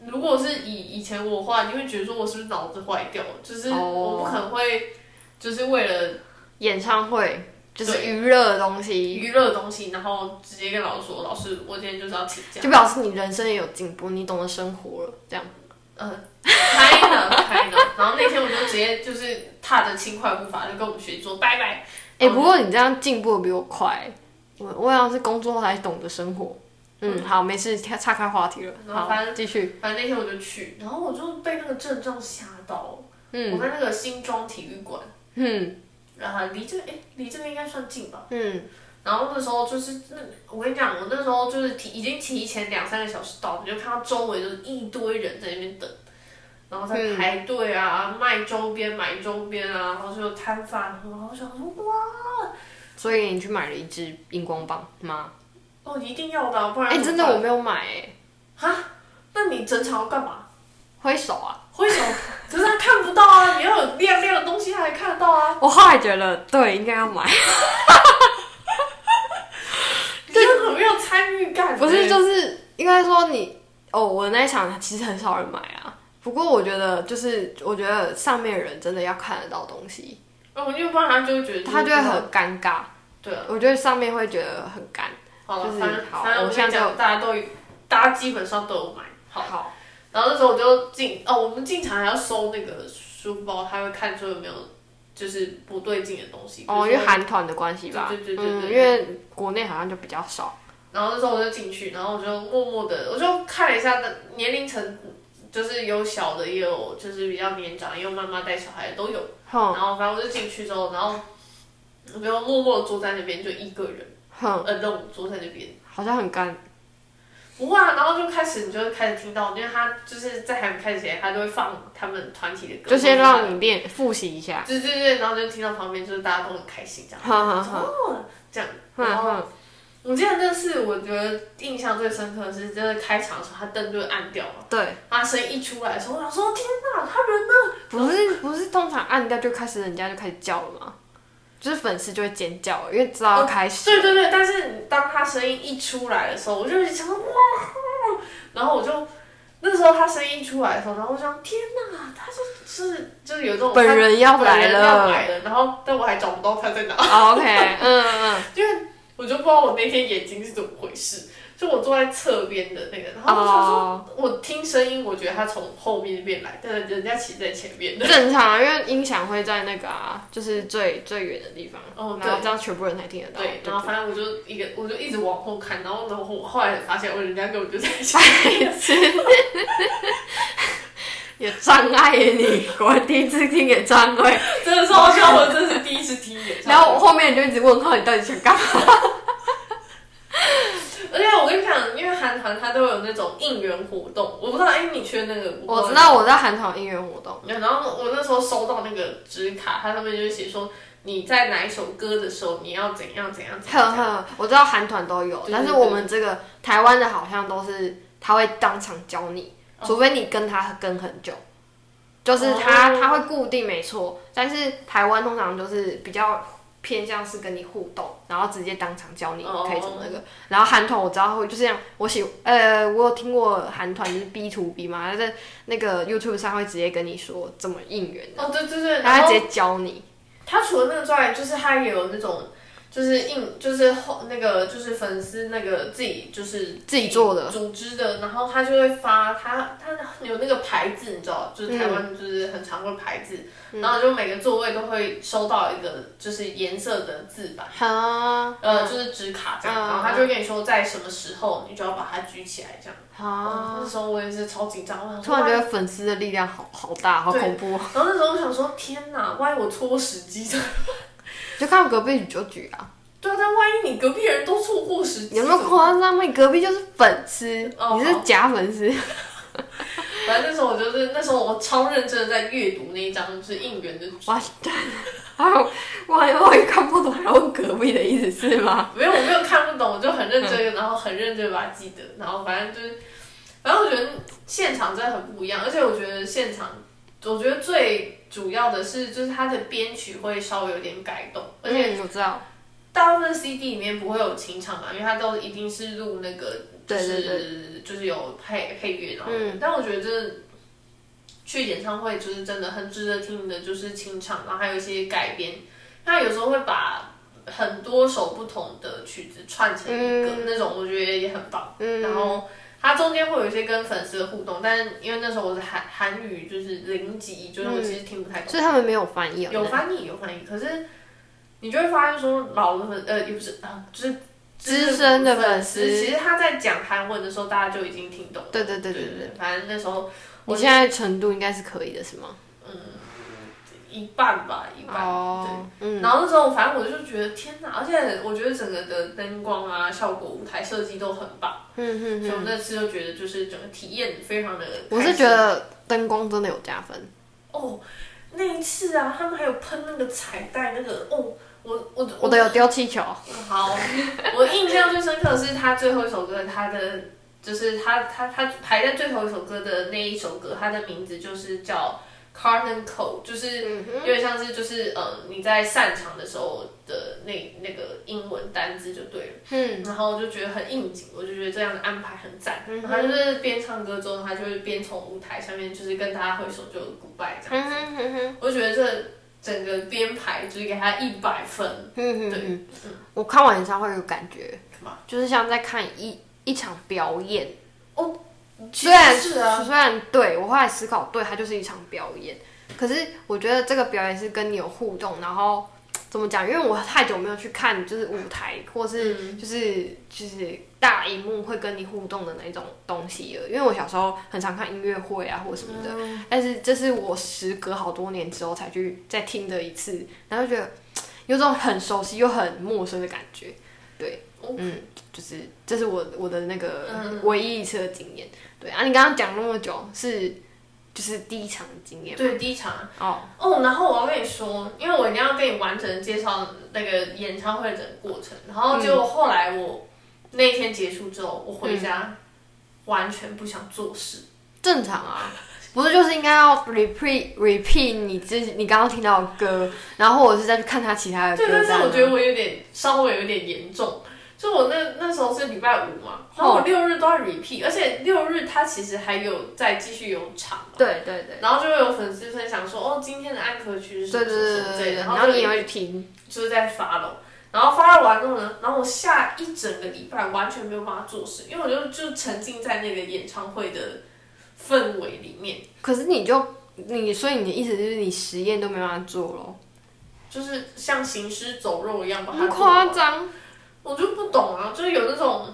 S1: 我如果是以以前我的话，你会觉得说我是不是脑子坏掉了？就是
S2: 哦
S1: 我不可能会就是为了
S2: 演唱会就是娱乐的东西，
S1: 娱乐的东西，然后直接跟老师说，老师我今天就是要请假。
S2: 就表示你人生也有进步，你懂得生活了，这样，
S1: 嗯，开呢开呢，然后那天我就直接就是踏着轻快步伐就跟我们学姐说拜拜。
S2: 哎、不过你这样进步的比我快，我我要是工作后才懂得生活，嗯，好，没事，岔岔开话题了，
S1: 然后
S2: 好，继续，
S1: 反正那天我就去，然后我就被那个阵仗吓到。嗯，我在那个新庄体育馆，
S2: 嗯
S1: 然后离这哎离这边应该算近吧。
S2: 嗯，
S1: 然后那时候就是那，我跟你讲，我那时候就是提已经提前两三个小时到，你就看到周围就是一堆人在那边等，然后在排队啊，卖周边、买周边啊，然后就有摊贩，然后我想说哇，
S2: 所以你去买了一支荧光棒吗？
S1: 哦，一定要的啊，不然
S2: 哎、真的我没有买、哎，
S1: 哈，那你整场要干嘛？
S2: 挥手啊。
S1: 挥手，可是他看不到啊，你要有亮亮的东西，他还看得 到啊。
S2: 我后来觉得，对，应该要买，
S1: 你真的很没有参与感、
S2: 不是，就是应该说你哦，我那一场其实很少人买啊。不过我觉得，就是我觉得上面的人真的要看得到东西，
S1: 哦，我就不然他就会觉得
S2: 他就会很尴尬。
S1: 对啊。
S2: 我觉得上面会觉得很尴。
S1: 好了，
S2: 就是
S1: 反正
S2: 好
S1: 反正
S2: 我
S1: 我
S2: 现
S1: 跟
S2: 在
S1: 你讲，大家都有大家基本上都有买。好。
S2: 好，
S1: 然后那时候我就进哦，我们进场还要收那个书包，他会看说有没有就是不对劲的东西。
S2: 哦，因
S1: 比如
S2: 为
S1: 说
S2: 韩团的关系吧，
S1: 对对对对对
S2: 嗯，因为国内好像就比较少，
S1: 然后那时候我就进去，然后我就默默的，我就看了一下那年龄层，就是有小的，也有就是比较年长，也有妈妈带小孩的都有。
S2: 哼
S1: 然后反正我就进去之后，然后我就默默地坐在那边，就一个人，
S2: 哼，
S1: 呃，那我坐在那边。
S2: 好像很干，
S1: 不会啊，然后就开始你就会开始听到，因为他就是在还没开始前，他就会放他们团体的歌，
S2: 就先让你练复习一下，
S1: 对对对，然后就听到旁边就是大家都很开心这样，
S2: 哼哼哼
S1: 哦，这样，
S2: 哼
S1: 然后
S2: 哼，
S1: 我记得那次我觉得印象最深刻的是，就是开场的时候他灯就按掉了，
S2: 对，
S1: 他声音一出来的时候，我想说天哪，他人
S2: 不是不是，通常按掉就开始人家就开始叫了嘛，就是粉丝就会尖叫了，因为知道要开始，
S1: 对对对，但是当他声音一出来的时候，我就想说哇，然后我就那时候他声音出来的时候，然后我想天哪，他就是就是有这种
S2: 本人要来
S1: 本人要
S2: 了
S1: 来了，然后但我还找不到他在哪，
S2: 哦，OK，嗯嗯
S1: 我就不知道我那天眼睛是怎么回事，就我坐在侧边的那个，然
S2: 嗯，
S1: 后我想说。
S2: 哦，
S1: 我听声音，我觉得他从后面那边来，但是人家骑在前面的。
S2: 正常啊，因为音响会在那个啊，就是最最远的地方，
S1: 哦
S2: 然后这样全部人才听得到，
S1: 对，然后反正我就一个，我就一直往后看，然后然后我后来发现，我人家根本就在 前面。
S2: 有障碍耶你，我第一次听演唱会。
S1: 真的是好笑，我真是第一次听演唱会。
S2: 然后我后面就一直问号，你到底想干嘛？
S1: 而且我跟你讲，因为韩团它都有那种应援活动，我不知道，哎因为你缺那个，
S2: 我知。道我在韩团音乐活动，
S1: 然后我那时候收到那个纸卡，它上面就写说你在哪一首歌的时候，你要怎样怎样怎
S2: 哼
S1: 样。
S2: 哼，我知道韩团都有，
S1: 对
S2: 但是
S1: 对对
S2: 我们这个台湾的好像都是他会当场教你，除非你跟他跟很久，就是他、
S1: 哦哦
S2: 他会固定没错，但是台湾通常就是比较偏向是跟你互动，然后直接当场教你
S1: 哦
S2: 可以怎么那个。然后韩团我知道会就是这样，我喜呃我有听过韩团就是 B to B 嘛，他在那个 YouTube 上会直接跟你说怎么应援，
S1: 哦，对对对，然
S2: 他
S1: 后
S2: 会直接教你。
S1: 他除了那个之外，就是他也有那种，就是应，就是后那个就是粉丝那个自己就是
S2: 自己做的
S1: 组织的，然后他就会发他他有那个牌子，你知道，就是
S2: 嗯
S1: 台湾就是很常会牌子，然后就每个座位都会收到一个就是颜色的字吧。
S2: 哈
S1: 呃，就是纸卡这样，
S2: 啊嗯
S1: 然后他就会跟你说在什么时候，你就要把它举起来这样。嗯
S2: 哈，
S1: 那时候我也是超紧张，我想
S2: 突
S1: 说
S2: 然觉得粉丝的力量好好大，好恐怖哦。
S1: 然后那时候我想说，天哪，万一我错时机怎么
S2: 就看隔壁你就举啊，
S1: 对啊，但万一你隔壁人都错过时机，
S2: 有没有夸张？你隔壁就是粉丝，
S1: 哦
S2: 你是假粉丝。
S1: 反正那时候我就是，那时候我超认真的在阅读那一张就是应援的纸，
S2: 完蛋！ 还有我还我也看不懂，还有隔壁的意思是嗯吗？
S1: 没有我没有看不懂，我就很认真，然后很认真地把它记得，然后反正就是，反正我觉得现场真的很不一样，而且我觉得现场，我觉得最主要的是就是它的编曲会稍微有点改动，而且
S2: 嗯，我知道，
S1: 大部分 CD 里面不会有清唱啊嘛，因为它都一定是录那个就
S2: 对
S1: 是
S2: 对
S1: 就是有配配乐，然后、
S2: 嗯
S1: 但我觉得这去演唱会就是真的很值得听的，就是清唱，然后还有一些改编，他有时候会把很多首不同的曲子串成一个，那种我觉得也很棒。
S2: 嗯
S1: 然后它中间会有一些跟粉丝的互动，但因为那时候我是韩韩语就是零级，就是我其实听不太懂。
S2: 所以他们没有翻译哦。
S1: 有翻译，有翻译，可是你就会发现说，老的粉呃也不是啊、就是
S2: 资深的粉丝
S1: 其实他在讲韩文的时候，大家就已经听懂了。
S2: 对对对
S1: 对
S2: 对对，
S1: 反正那时候
S2: 你现在程度应该是可以的，是吗？
S1: 一半吧，一半。
S2: 哦，嗯，
S1: 然后那时候，反正我就觉得天哪！而且我觉得整个的灯光啊、效果、舞台设计都很棒，
S2: 嗯
S1: 所
S2: 嗯
S1: 以
S2: 嗯，
S1: 我那次就觉得就是整个体验非常的开心。
S2: 我是觉得灯光真的有加分。
S1: 哦，那一次啊，他们还有喷那个彩带，那个哦，我我
S2: 我的有丢气球，
S1: 好， 我印象最深刻的是他最后一首歌，他的就是他他他排在最后一首歌的那一首歌，它的名字就是叫 Carton Code，就是
S2: 嗯
S1: 有点像是就是呃你在散场的时候的那那个英文单字就对了，嗯，然后就觉得很应景，我就觉得这样的安排很赞。
S2: 嗯
S1: 然后他就是边唱歌之后，他就会边从舞台上面就是跟大家挥手就 goodbye 这样，
S2: 嗯哼哼哼，
S1: 我就觉得这整个编排就是给他一百分，
S2: 嗯哼
S1: 对
S2: 哼，我看完演唱会有感觉
S1: 干嘛，
S2: 就是像在看一一场表演。
S1: 哦，
S2: 虽然
S1: 其实是啊，
S2: 虽然对我后来思考，对它就是一场表演，可是我觉得这个表演是跟你有互动，然后怎么讲？因为我太久没有去看，就是舞台或是
S1: 嗯
S2: 就是、就是大荧幕会跟你互动的那种东西了。因为我小时候很常看音乐会啊或什么的，但是这是我时隔好多年之后才去再听的一次，然后就觉得有种很熟悉又很陌生的感觉。对，嗯，就是这是我我的那个唯一一次的经验。对啊，你刚刚讲那么久是就是第一场的经验
S1: 对第一场
S2: 哦，
S1: 哦，然后我要跟你说，因为我一定要跟你完整的介绍那个演唱会的整个过程。然后结果后来我那一天结束之后，我回家、
S2: 嗯
S1: 完全不想做事。
S2: 正常啊。不是，就是应该要 repeat repeat 你自己你刚刚听到的歌，然后或者是再去看他其他的歌
S1: 对，但
S2: 单啊
S1: 是我觉得我有点稍微有点严重。就我那那时候是礼拜五嘛，
S2: 哦
S1: 然后我六日都在 repeat，、而且六日它其实还有在继续有场，
S2: 对对对
S1: 然后就会有粉丝分享说，哦，今天的爱歌曲是什
S2: 对对
S1: 么什么
S2: 对
S1: 什
S2: 对
S1: 么之
S2: 对
S1: 类
S2: 对，
S1: 的，
S2: 然
S1: 然后
S2: 后你也会去听，
S1: 就是在发了，然后发了完之后呢，然后我下一整个礼拜完全没有办法做事，因为我就就沉浸在那个演唱会的氛围里面，
S2: 可是你就你，所以你的意思就是你实验都没办法做咯，
S1: 就是像行尸走肉一样把它
S2: 很
S1: 哦做完。
S2: 夸张，
S1: 我就不懂啊，就是有那种，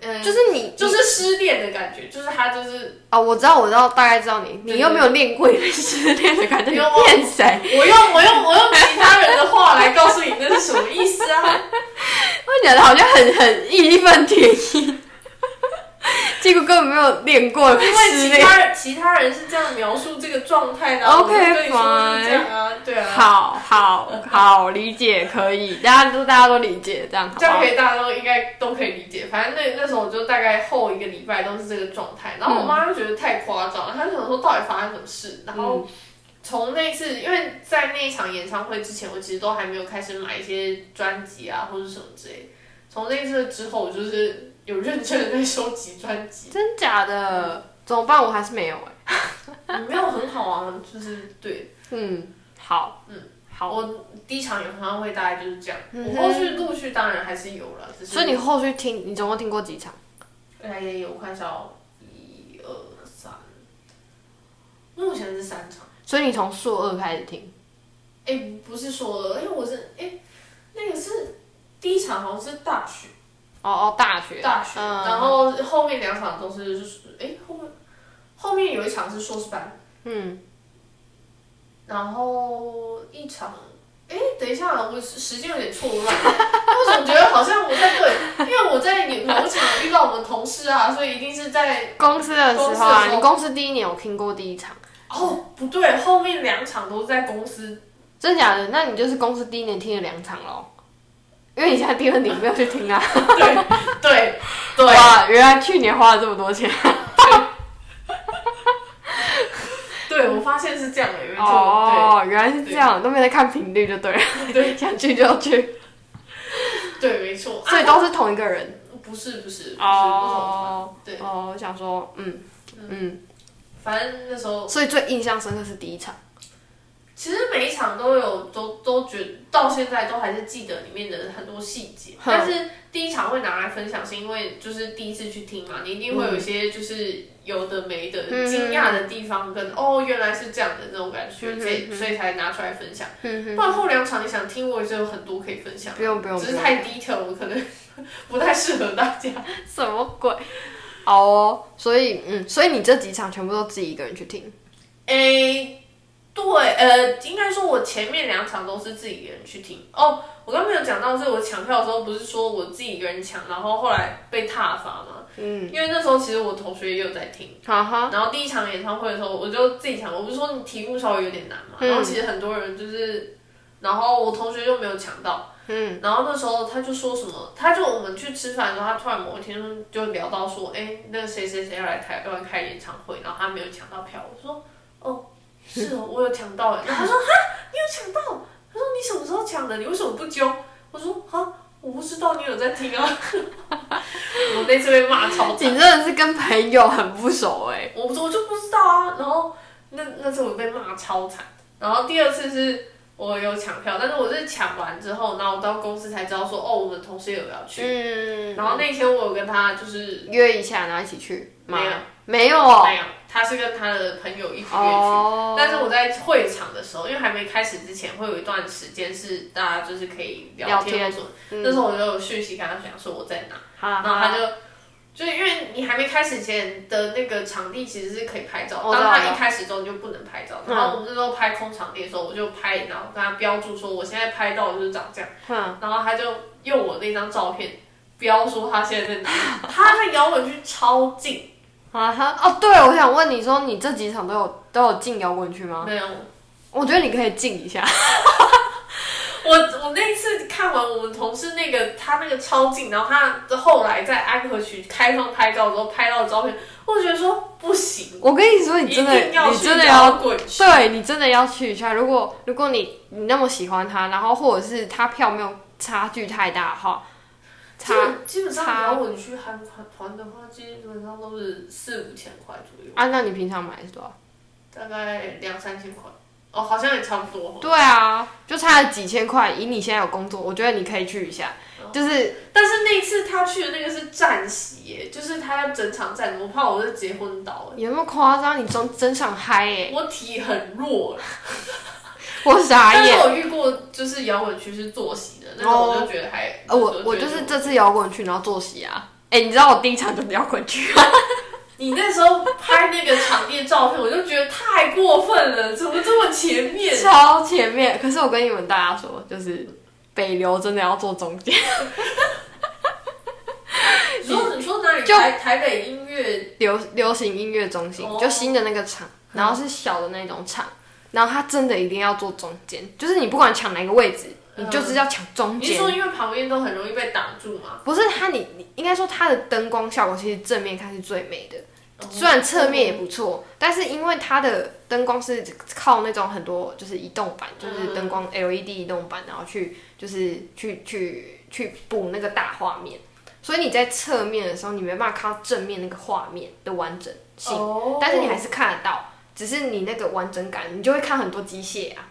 S1: 嗯、
S2: 就是你
S1: 就
S2: 就是
S1: 是失恋的感觉，就是他就是
S2: 啊、我知道，我知道，大概知道你，
S1: 对
S2: 你又没有练过，你被失恋的感觉，你
S1: 有啊
S2: 骗谁？
S1: 我用我用我用其他人的话来告诉你那是什么意思啊。
S2: 我讲的好像很很义愤填膺， 结果根本没有练过
S1: 因
S2: 被失
S1: 为其
S2: 恋。
S1: 他人其他人是这样描述这个状态的啊，我
S2: OK，
S1: 就跟你说是这样啊，对啊，
S2: 好好好，理解可以，大家都大家都理解，这样好
S1: 这
S2: 不
S1: 样
S2: 好
S1: 可？以大家都应该都可以理解。反正那那时候我就大概后一个礼拜都是这个状态，然后我妈就觉得太夸张了，她就想说到底发生什么事。然后从那次，因为在那一场演唱会之前，我其实都还没有开始买一些专辑啊或者什么之类的。从那次之后，我就是有认真的在收集专辑，
S2: 真假的怎么办？我还是没有哎、
S1: 没有很好啊，就是对。
S2: 嗯，好，嗯，好，
S1: 我第一场演唱会大概就是这样，
S2: 嗯
S1: 我后续陆续当然还是有了，只是
S2: 所以你后续听，你总共听过几场？
S1: 未来也有，我看一下哦，一二三，目前是三场。
S2: 所以你从硕二开始听，
S1: 哎、不是说了，因为我是哎、那个是第一场好像是大学，
S2: 哦哦，大学，
S1: 大学，
S2: 嗯
S1: 然后后面两场都是哎、后面后面有一场是硕士班，
S2: 嗯，
S1: 然后一场。哎，等一下，我时时间有点错乱，我总觉得好像我在对，因为我在某某场遇到我们同事啊，所以一定是在
S2: 公司的时
S1: 公司
S2: 候
S1: 的
S2: 啊，
S1: 时候
S2: 你公司第一年我听过第一场，
S1: 哦，不对，后面两场都是在公司。
S2: 真假的？那你就是公司第一年听了两场喽，因为你现在第二年没有去听啊。
S1: 对 对 对，
S2: 哇，原来去年花了这么多钱。
S1: 对我发现是这样的，因为就、
S2: 哦，原来是这样，都没在看频率就 对了。对， 想去就去，
S1: 对对，没错。
S2: 所以都是同一个人。
S1: 啊不是不是不是不同
S2: 哦
S1: 班，对，
S2: 哦，我想说，嗯嗯，
S1: 反正那时候
S2: 所以最印象深刻是第 一场。
S1: 其实每一场都有都都觉得到现在都还是记得里面的很多细节，
S2: 哼
S1: 但是第一场会拿来分享，是因为就是第一次去听嘛，你一定会有一些就是有的没的
S2: 嗯
S1: 惊讶的地方跟，哦原来是这样的那种感觉，
S2: 嗯
S1: 所以
S2: 嗯
S1: 所以才拿出来分享。
S2: 嗯哼，
S1: 不然后两场你想听，我也是有很多可以分享，啊
S2: 不用不用，
S1: 只
S2: 不
S1: 是
S2: 用。
S1: 太 detail，我可能 不太适合大家。
S2: 什么鬼？好哦，所以嗯，所以你这几场全部都自己一个人去听。
S1: 诶，对，呃，应该说我前面两场都是自己一个人去听。哦，我刚没有讲到，是我抢票的时候不是说我自己一个人抢，然后后来被踏伐嘛。嗯，因为那时候其实我同学也有在听。
S2: 哈哈，
S1: 然后第一场演唱会的时候，我就自己抢。我不是说你题目稍微有点难嘛，
S2: 嗯
S1: 然后其实很多人就是，然后我同学就没有抢到。嗯，然后那时候他就说什么，他就我们去吃饭的时候，他突然某一天就聊到说，哎，那个谁谁谁要来台湾开演唱会，然后他没有抢到票。我说，哦，是哦，我有抢到哎。然后他说，哈，你有抢到？他说你什么时候抢的？你为什么不揪？我说，哈，我不知道你有在听啊。 我那次被骂超惨
S2: 你。真的是跟朋友很不熟哎、
S1: 欸我不我就不知道啊。然后那那次我被骂超惨。然后第二次是我有抢票，但是我是抢完之后，然后我到公司才知道说，哦，我们同事有要去。
S2: 嗯，
S1: 然后那天我有跟他就是
S2: 约一下，然后一起去。吗
S1: 嗯没有，
S2: 没有哦。
S1: 没有，他是跟他的朋友一起乐去。
S2: 哦，
S1: 但是我在会场的时候，因为还没开始之前，会有一段时间是大家就是可以聊天
S2: 聊天
S1: 或者
S2: 嗯
S1: 那时候我就有讯息跟他讲说我在哪，
S2: 好啦
S1: 然后他就就因为你还没开始前的那个场地其实是可以拍照，
S2: 我哦知
S1: 当
S2: 道
S1: 他一开始之后你就不能拍照。
S2: 嗯
S1: 然后我们那时候拍空场地的时候，我就拍，然后跟他标注说我现在拍到的就是长这样，
S2: 哼，
S1: 然后他就用我那张照片标说他现在在哪， 他的摇滚区超近，
S2: 啊哈，哦，对，我想问你说，你这几场都有都有进摇滚区吗？
S1: 没有。
S2: 我觉得你可以进一下。
S1: 我我那一次看完我们同事那个他那个超近，然后他后来在安和区开放拍照之后拍到的照片，我觉得说不行，
S2: 我跟你说，你真的，
S1: 一定要
S2: 你
S1: 去
S2: 真的
S1: 摇
S2: 要，
S1: 滚区。
S2: 对你真的要去一下。如果如果你你那么喜欢他，然后或者是他票没有差距太大的话，
S1: 基
S2: 差
S1: 本基本上
S2: 差
S1: 摇滚区韩团团的话，基本上都是四五千块左右，
S2: 按照啊你平常买是多少？
S1: 大概两三千块。哦，好像也差不多。
S2: 对啊，就差了几千块。以你现在有工作，我觉得你可以去一下。就是
S1: 但是那一次他去的那个是站席耶，就是他要整场站，我怕我是结婚倒
S2: 有那么夸张？你真真想嗨耶、
S1: 耶。我体很弱，
S2: 我傻
S1: 但
S2: 眼
S1: 是。我遇过就是摇滚区是坐席的，那个我就觉得还，
S2: 呃，我我
S1: 觉
S2: 就
S1: 得
S2: 是这次摇滚区，然后坐席啊。哎、你知道我第一场就是摇滚区啊？
S1: 你那时候拍那个场地的照片，我就觉得太过分了，怎么这么前 面？
S2: 超前面。可是我跟你们大家说，就是北流真的要坐中间，
S1: 你说你说哪里？
S2: 就
S1: 台台北音乐
S2: 流流行音乐中心
S1: 哦
S2: 就新的那个场，然后是小的那种场，然后它真的一定要坐中间，就是你不管抢哪个位置，你就是要抢中
S1: 你是
S2: 间。
S1: 说因为旁边都很容易被挡住吗？
S2: 不是它你，你应该说它的灯光效果其实正面看是最美的，
S1: 哦
S2: 虽然侧面也不错，但是因为它的灯光是靠那种很多就是移动板，
S1: 嗯
S2: 就是灯光 LED 移动板，然后去就是去去去补那个大画面，所以你在侧面的时候，你没办法看到正面那个画面的完整性，
S1: 哦
S2: 但是你还是看得到，只是你那个完整感，你就会看很多机械啊。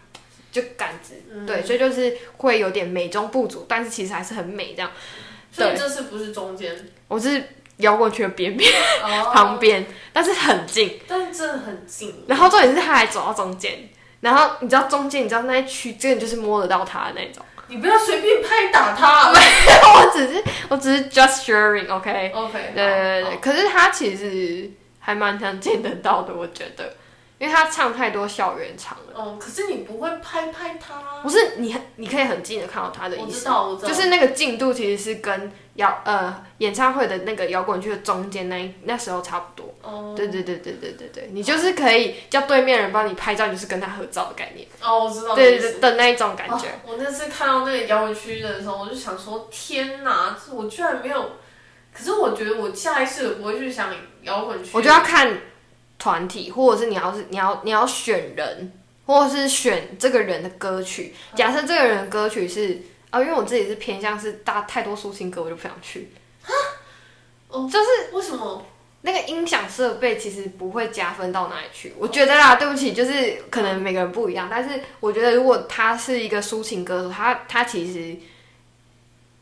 S2: 就感知，
S1: 嗯
S2: 对，所以就是会有点美中不足，但是其实还是很美这样。
S1: 所以这次不是 中间，
S2: 我是摇滚区的边边、
S1: 哦，
S2: 旁边，但是很近。
S1: 但真的很近。
S2: 然后重点是他还走到中间，然后你知道中间，你知道那一区真的就是摸得到他的那种。
S1: 你不要随便拍打他。
S2: 我只是我只是 just sharing，OK、
S1: OK，
S2: 对对对对，可是他其实还蛮常见得到的，我觉得，因为他唱太多校园场了。
S1: 好。嗯，可是你不会拍拍他。
S2: 不是你很，你可以很近的看到他的
S1: 啊我
S2: 意
S1: 知
S2: 思，
S1: 道，我知道。
S2: 就是那个进度其实是跟摇呃演唱会的那个摇滚区的中间那一那时候差不多。
S1: 哦
S2: 对对对对对对对，你就是可以叫对面人帮你拍照，你就是跟他合照的概念，
S1: 哦，我知道。
S2: 对对对的那一种感觉。
S1: 哦我那次看到那个摇滚区的时候，我就想说：天哪，这我居然没有。可是我觉得我下一次我不会去想摇滚区。
S2: 我就要看团体，或者是你要是你要你要选人，或者是选这个人的歌曲。假设这个人的歌曲是啊、因为我自己是偏向是大太多抒情歌，我就不想去。
S1: 哦
S2: 就是
S1: 为什么？
S2: 那个音响设备其实不会加分到哪里去，我觉得啦，对不起，就是可能每个人不一样，但是我觉得如果他是一个抒情歌手，他他其实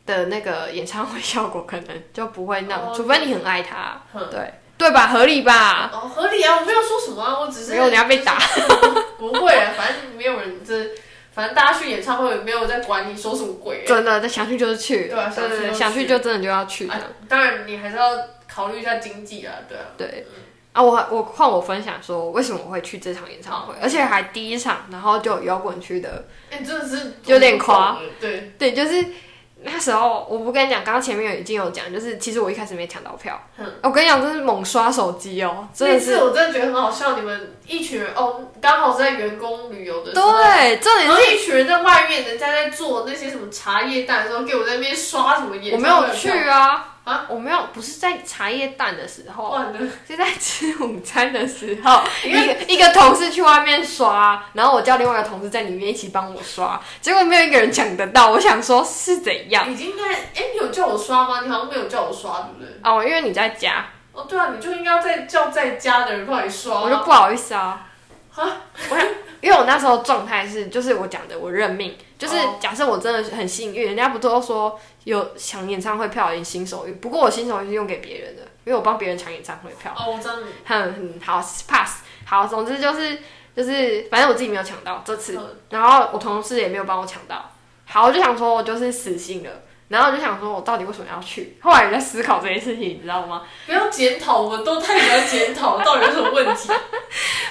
S2: 的那个演唱会效果可能就不会那么，
S1: 哦
S2: 除非你很爱他，
S1: 哼
S2: 对对吧？合理吧？
S1: 哦，合理啊，我没有说什么啊，我只是
S2: 没有，你要被打。
S1: 不会啊，反正没有人这，反正大家去演唱会也没有在管你说什么鬼、
S2: 真的，想去就是去，
S1: 对啊想去就
S2: 对，
S1: 去
S2: 想去就真的就要去。
S1: 啊。当然，你还是要考虑一下经济啊，对啊。
S2: 对啊，我我换我分享说为什么我会去这场演唱会，
S1: 哦
S2: 而且还第一场，然后就有摇滚区的，
S1: 哎、真的是
S2: 有点夸，
S1: 对，
S2: 对，就是那时候我不跟你讲，刚刚前面有已经有讲，就是其实我一开始没抢到票，
S1: 嗯
S2: 我跟你讲，真是猛刷手机哦，真
S1: 那
S2: 的
S1: 次
S2: 是，
S1: 我真的觉得很好笑，你们一群人哦，刚好是在员工旅游的时候，
S2: 对，重点
S1: 然
S2: 是
S1: 后一群人在外面，人家在做那些什么茶叶蛋的时候，给我在那边刷什么
S2: 我
S1: 演
S2: 没
S1: 唱会
S2: 有
S1: 的
S2: 去
S1: 票，
S2: 啊
S1: 啊，
S2: 我没有，不是在茶叶蛋的时候，
S1: 哇，你的
S2: 是在吃午餐的时候，一
S1: 因为
S2: 个一个同事去外面刷，然后我叫另外一个同事在里面一起帮我刷，结果没有一个人抢得到。我想说是怎样
S1: 已经应该哎，你有叫我刷吗？你好像没有叫我刷，对不对？
S2: 哦？因为你在家，
S1: 哦，对啊，你就应该要再叫在家的人帮你刷啊，
S2: 我就 不好意思啊。
S1: 啊
S2: 我想，因为我那时候状态是，就是我讲的，我认命，就是
S1: 哦
S2: 假设我真的很幸运，人家不都说有抢演唱会票也新手运，不过我新手运是用给别人的，因为我帮别人抢演唱会票。
S1: 哦，我知道你
S2: 很很好 pass 好，总之就是就是，反正我自己没有抢到这次，然后我同事也没有帮我抢到，好，我就想说我就是死心了，然后我就想说我到底为什么要去？后来也在思考这件事情，你知道吗？
S1: 不要检讨，我们都太不要检讨，到底有什么问 题？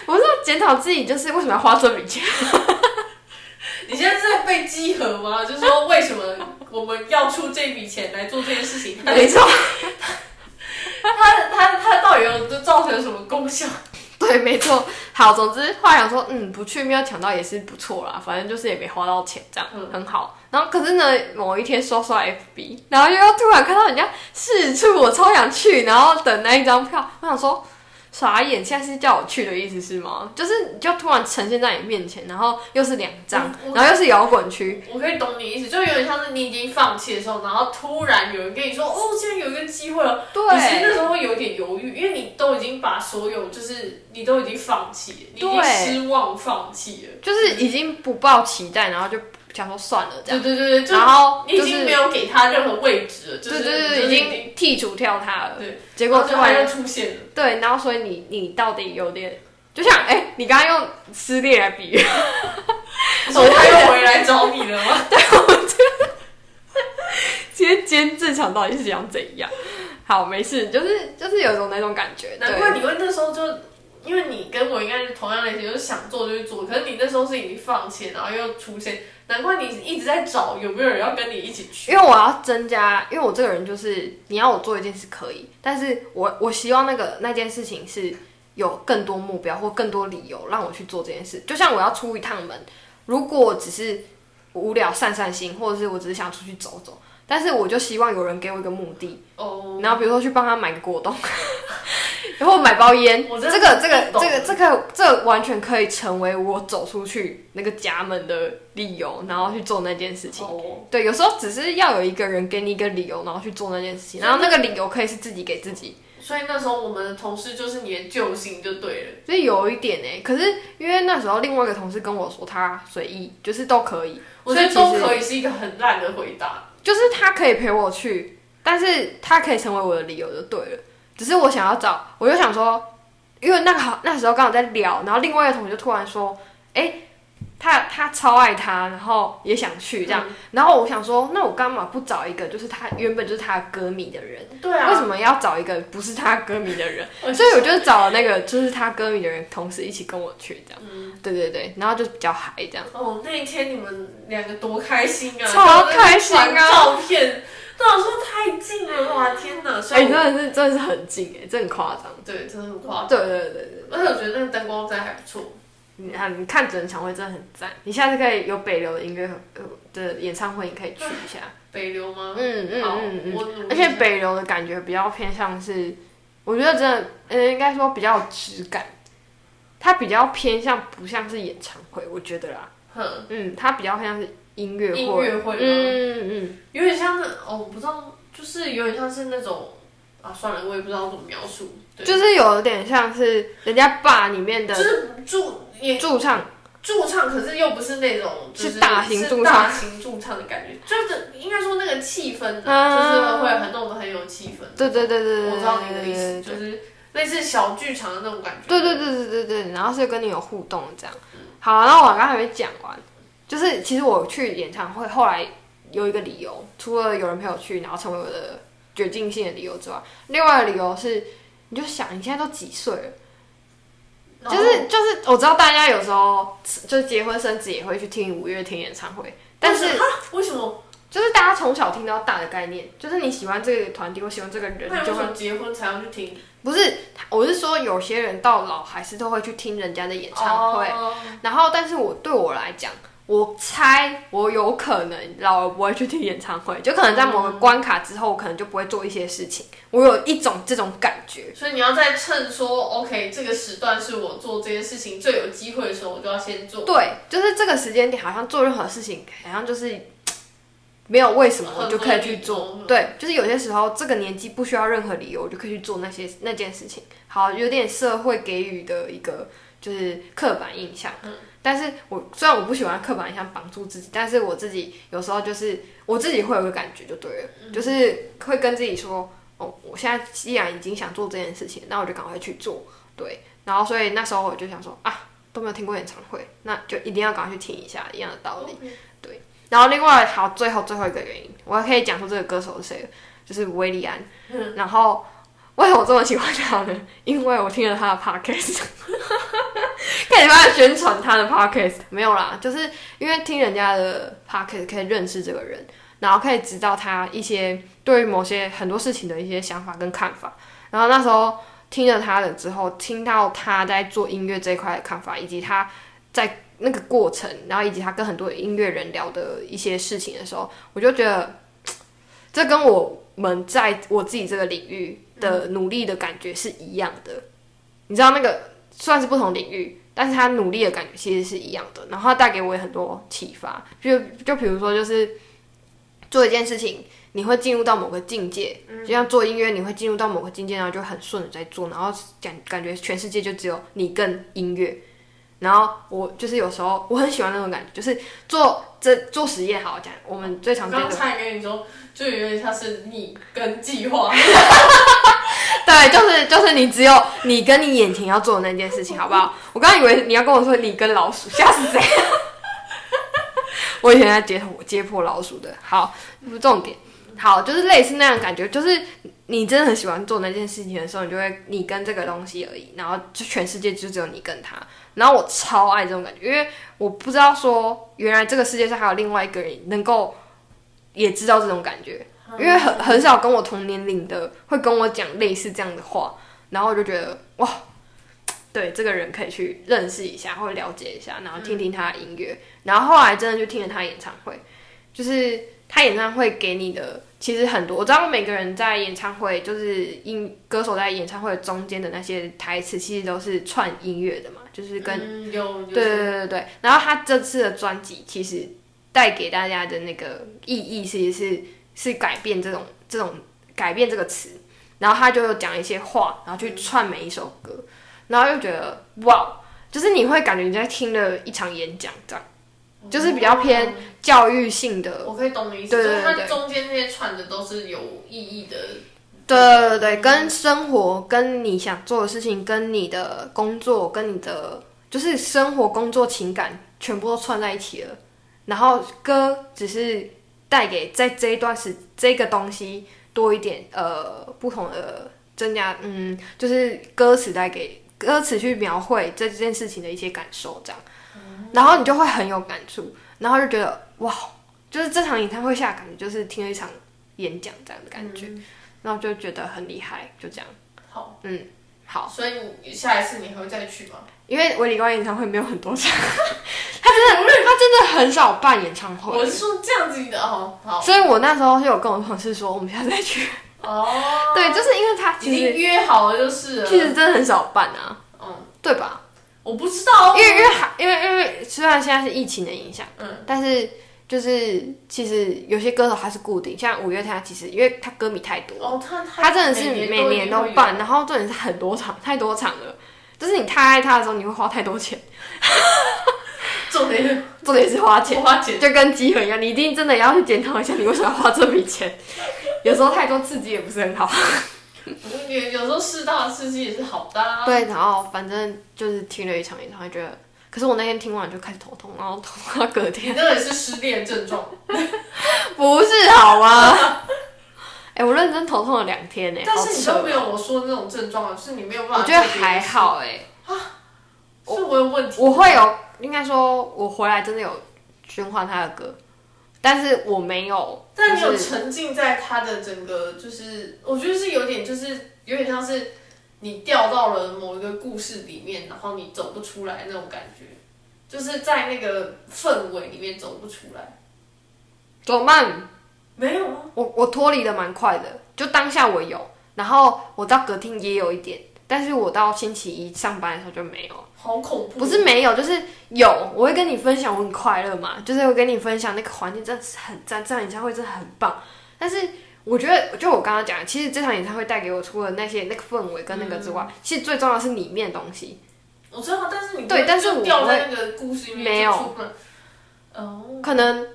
S2: 我就检讨自己，就是为什么要花这笔钱？
S1: 你现在是在被稽核吗？就说为什么我们要出这笔钱来做这件事情？
S2: 没错，
S1: 他他他到底有造成什么功效？
S2: 对，没错。好，总之后来想说，嗯，不去没有抢到也是不错啦，反正就是也没花到钱，这样、
S1: 嗯
S2: 很好。然后可是呢，某一天刷刷 FB，然后又突然看到人家试出，我超想去，然后等那一张票，我想说。傻眼，现在是叫我去的意思是吗？就是你就突然呈现在你面前，然后又是两张，
S1: 嗯我
S2: 然后又是摇滚区，
S1: 我可以懂你意思，就有点像是你已经放弃的时候，然后突然有人跟你说，哦，现在有一个机会了。你其实那
S2: 对，
S1: 时候会有点犹豫，因为你都已经把所有就是你都已经放弃了，你已经
S2: 对
S1: 失望放弃了。
S2: 就是已经不抱期待，然后就想说算了这
S1: 对
S2: 样，
S1: 对对对，就
S2: 然后
S1: 你已
S2: 就
S1: 经
S2: 是
S1: 没有给他任何位置了，就是
S2: 对对
S1: 就是
S2: 对，已经剔除掉它了。
S1: 对，
S2: 结果
S1: 然后
S2: 突
S1: 就他
S2: 然
S1: 又出现了。
S2: 对，然后所以你你到底有点，就像哎、你刚刚用撕裂来比喻，
S1: 所以他又回来找你了 吗？
S2: 今天今天正常到底是想怎样？好，没事， 就是就是有一种那种感觉，
S1: 难怪
S2: 对，
S1: 你会那时候就，因为你跟我应该是同样类型，就是想做就去做，可是你那时候是已经放弃，然后又出现，难怪你一直在找有没有人要跟你一起去。
S2: 因为我要增加，因为我这个人就是你要我做一件事可以，但是我我希望那个那件事情是有更多目标或更多理由让我去做这件事，就像我要出一趟门，如果我只是无聊散散心，或者是我只是想出去走走，但是我就希望有人给我一个目的。
S1: 哦，
S2: 然后比如说去帮他买个果冻，然后买包烟，
S1: 我
S2: 这
S1: 真
S2: 个
S1: 的
S2: 这个
S1: 不懂
S2: 这个这个这完全可以成为我走出去那个家门的理由，然后去做那件事情。
S1: 哦，
S2: 对，有时候只是要有一个人给你一个理由，然后去做那件事情，然后那个理由可以是自己给自己，
S1: 所以那时候我们的同事就是你的救星就对了。
S2: 所以有一点哎、可是因为那时候另外一个同事跟我说他随意，就是都可以，
S1: 我觉得
S2: 所以
S1: 都
S2: 其实
S1: 可以是一个很烂的回答。
S2: 就是他可以陪我去，但是他可以成为我的理由就对了。只是我想要找，我就想说，因为那个好那时候刚好在聊，然后另外一个同学就突然说，哎、他他超爱他，然后也想去这样，
S1: 嗯
S2: 然后我想说，那我干嘛不找一个就是他原本就是他的歌迷的人？
S1: 对啊，
S2: 为什么要找一个不是他歌迷的人？
S1: 我
S2: 所以我就找了那个就是他歌迷的人，同时一起跟我去这样。
S1: 嗯
S2: 对对对，然后就比较嗨这样。
S1: 哦，那一天你们两个多开心啊！
S2: 超开心啊
S1: 然后在那边传照片，对我说太近了，哇天哪！呃所
S2: 哎、
S1: 以我、
S2: 真的是真的是很近哎、真的很夸张。
S1: 对，真的很夸张。
S2: 对对对对。
S1: 而且我觉得那个灯光真的还不错。
S2: 你看，你看整场会真的很赞。你下次可以有北流的音乐呃的演唱会，你可以去一下。
S1: 北流吗？
S2: 嗯嗯
S1: 好
S2: 嗯嗯。
S1: 我努力
S2: 而且北流的感觉比较偏向是，我觉得真的，呃，应该说比较有质感。它比较偏向不像是演唱会，我觉得啦。
S1: 哼，
S2: 嗯，它比较偏向是音乐会。
S1: 音乐会吗
S2: 嗯嗯嗯。
S1: 有点像那哦，我不知道，就是有点像是那种啊，算了，我也不知道怎么描述。对，
S2: 就是有点像是人家坝里面
S1: 就
S2: 的
S1: 是驻也
S2: 驻唱，
S1: 驻唱，可是又不是那种就是
S2: 大型驻唱
S1: 是大型驻唱的感觉，就是应该说那个气氛啊，
S2: 啊
S1: 就是会很弄得很有气氛。
S2: 对对对对对。
S1: 我知道你的
S2: 对
S1: 意思，就是类似小剧场的那种感觉。
S2: 对对对对对对，然后是跟你有互动这样。好，然后我刚刚还没讲完，就是其实我去演唱会后来有一个理由，除了有人陪我去，然后成为我的决定性的理由之外，另外的理由是，你就想你现在都几岁了，
S1: 然
S2: 就
S1: 后，
S2: 是就是我知道大家有时候就是结婚生子也会去听五月天演唱会，但是
S1: 啊为什么？
S2: 就是大家从小听到大的概念，就是你喜欢这个团体或喜欢这个人，
S1: 那
S2: 你
S1: 你
S2: 就
S1: 为
S2: 会
S1: 什么结婚才要去听
S2: 不是，我是说有些人到老还是都会去听人家的演唱会。
S1: 哦
S2: 然后，但是我对我来讲，我猜我有可能老了不会去听演唱会，就可能在某个关卡之后，我可能就不会做一些事情。我有一种这种感觉，
S1: 所以你要在趁说 OK 这个时段是我做这件事情最有机会的时候，我就要先做。
S2: 对，就是这个时间点，好像做任何事情，好像就是没有为什么我就可以去做
S1: 很合理。哦
S2: 对，就是有些时候这个年纪不需要任何理由，我就可以去做那些那件事情。好，有点社会给予的一个就是刻板印象。
S1: 嗯
S2: 但是我虽然我不喜欢刻板印象绑住自己，但是我自己有时候就是我自己会有个感觉就对了，
S1: 嗯
S2: 就是会跟自己说，哦，我现在既然已经想做这件事情，那我就赶快去做，对。然后所以那时候我就想说啊，都没有听过演唱会，那就一定要赶快去听一下，一样的道理。然后另外好，最后最后一个原因，我还可以讲出这个歌手是谁了，就是维利安。然后为什么我这么喜欢他呢？因为我听了他的 podcast，开始帮他宣传他的 podcast。没有啦，就是因为听人家的 podcast 可以认识这个人，然后可以知道他一些对于某些很多事情的一些想法跟看法。然后那时候听了他的之后，听到他在做音乐这一块的看法，以及他在那个过程，然后以及他跟很多音乐人聊的一些事情的时候，我就觉得，这跟我们在我自己这个领域的努力的感觉是一样的。你知道那个虽然是不同领域，但是他努力的感觉其实是一样的。然后他带给我也很多启发，就就比如说就是做一件事情。你会进入到某个境界，就像做音乐，你会进入到某个境界，然后就很顺的在做，然后感感觉全世界就只有你跟音乐，然后我就是有时候我很喜欢那种感觉，就是做这做实验，好好讲，我们最常见
S1: 刚
S2: 的
S1: 才跟你说，就有点像是你跟计划，
S2: 对，就是就是你只有你跟你眼前要做的那件事情，好不好？我刚以为你要跟我说你跟老鼠，吓死谁？ 我以前在解剖解剖老鼠的，好，不是重点。好，就是类似那样的感觉，就是你真的很喜欢做那件事情的时候，你就会你跟这个东西而已，然后就全世界就只有你跟他。然后我超爱这种感觉，因为我不知道说原来这个世界上还有另外一个人能够也知道这种感觉，因为很很少跟我同年龄的会跟我讲类似这样的话，然后我就觉得哇，对这个人可以去认识一下或者了解一下，然后听听他的音乐，然后后来真的就听了他的演唱会，就是他演唱会给你的其实很多，我知道每个人在演唱会就是音歌手在演唱会中间的那些台词，其实都是串音乐的嘛，就是跟
S1: 跟嗯有有
S2: 对对对对对。然后他这次的专辑其实带给大家的那个意义，其实是是改变这种这种改变这个词。然后他就有讲一些话，然后去串每一首歌，然后又觉得哇，就是你会感觉你在听了一场演讲这样，就是比较偏教育性的
S1: 我可以懂你意思，
S2: 对对
S1: 就是
S2: 对
S1: 它中间那些串的都是有意义的，
S2: 对对对，跟生活、跟你想做的事情、跟你的工作、跟你的就是生活、工作、情感，全部都串在一起了。然后歌只是带给在这一段时这个东西多一点呃不同的增加，嗯，就是歌词带给歌词去描绘这件事情的一些感受，这样，然后你就会很有感触，然后就觉得哇，就是这场演唱会下感觉就是听了一场演讲这样的感觉，然后就觉得很厉害，就这样，
S1: 好，
S2: 嗯，好。
S1: 所以你下一次你还会再去吗？
S2: 因为维里高演唱会没有很多场，他真的嗯他真的很少办演唱会，
S1: 我是说这样子的哦，好
S2: 所以我那时候就有跟我同事说，我们下次再去。
S1: 哦，
S2: 对，就是因为他
S1: 已
S2: 其
S1: 经
S2: 实
S1: 约好了就是了，
S2: 其实真的很少办啊，
S1: 嗯，
S2: 对吧？
S1: 我不知道
S2: 因为因为还因为因为虽然现在是疫情的影响，
S1: 嗯，
S2: 但是就是其实有些歌手他是固定，像五月天他啊其实因为他歌迷太多，
S1: 哦，他
S2: 他真的是每年都
S1: 办。
S2: 办，然后重点是很多场，太多场了，就是你太爱他的时候，你会花太多钱，
S1: 重点是
S2: 重点是花钱。
S1: 花钱，
S2: 就跟鸡粉一样，你一定真的要去检讨一下，你为什么要花这笔钱？有时候太多刺激也不是很好。
S1: 有有时候适当的刺激也是好的 啊。
S2: 对，然后反正就是听了一场演唱会，觉得，可是我那天听完就开始头痛，然后头痛到隔 天，
S1: 你那也是失恋症状，
S2: 不是好吗？哎、我认真头痛了两天呢、
S1: 但是你
S2: 好扯
S1: 都没有我说的那种症状，就是你没有办法。
S2: 我觉得还，好哎、
S1: 是我有问题。
S2: 我会有，应该说我回来真的有循环他的歌，但是我没有，
S1: 但你
S2: 就
S1: 有
S2: 是
S1: 沉浸在他的整个，就是我觉得是有点，就是有点像是你掉到了某一个故事里面，然后你走不出来那种感觉，就是在那个氛围里面走不出来。
S2: 怎么办？
S1: 没有啊，
S2: 我我脱离的蛮快的，就当下我有，然后我到隔天也有一点，但是我到星期一上班的时候就没有。
S1: 好恐怖。
S2: 不是没有，就是有，我会跟你分享我很快乐嘛，就是我跟你分享那个环境真的是很赞，这场演唱会真的很棒。但是我觉得，就我刚刚讲的，其
S1: 嗯
S2: 实这场演唱会带给我除了那些那个氛围跟那个之外，其实最重要的是里面的东西。
S1: 我知道，但是你
S2: 对
S1: 不
S2: 但是
S1: 就
S2: 我
S1: 掉在那个故事里面
S2: 没有
S1: 就出不来哦，
S2: 可能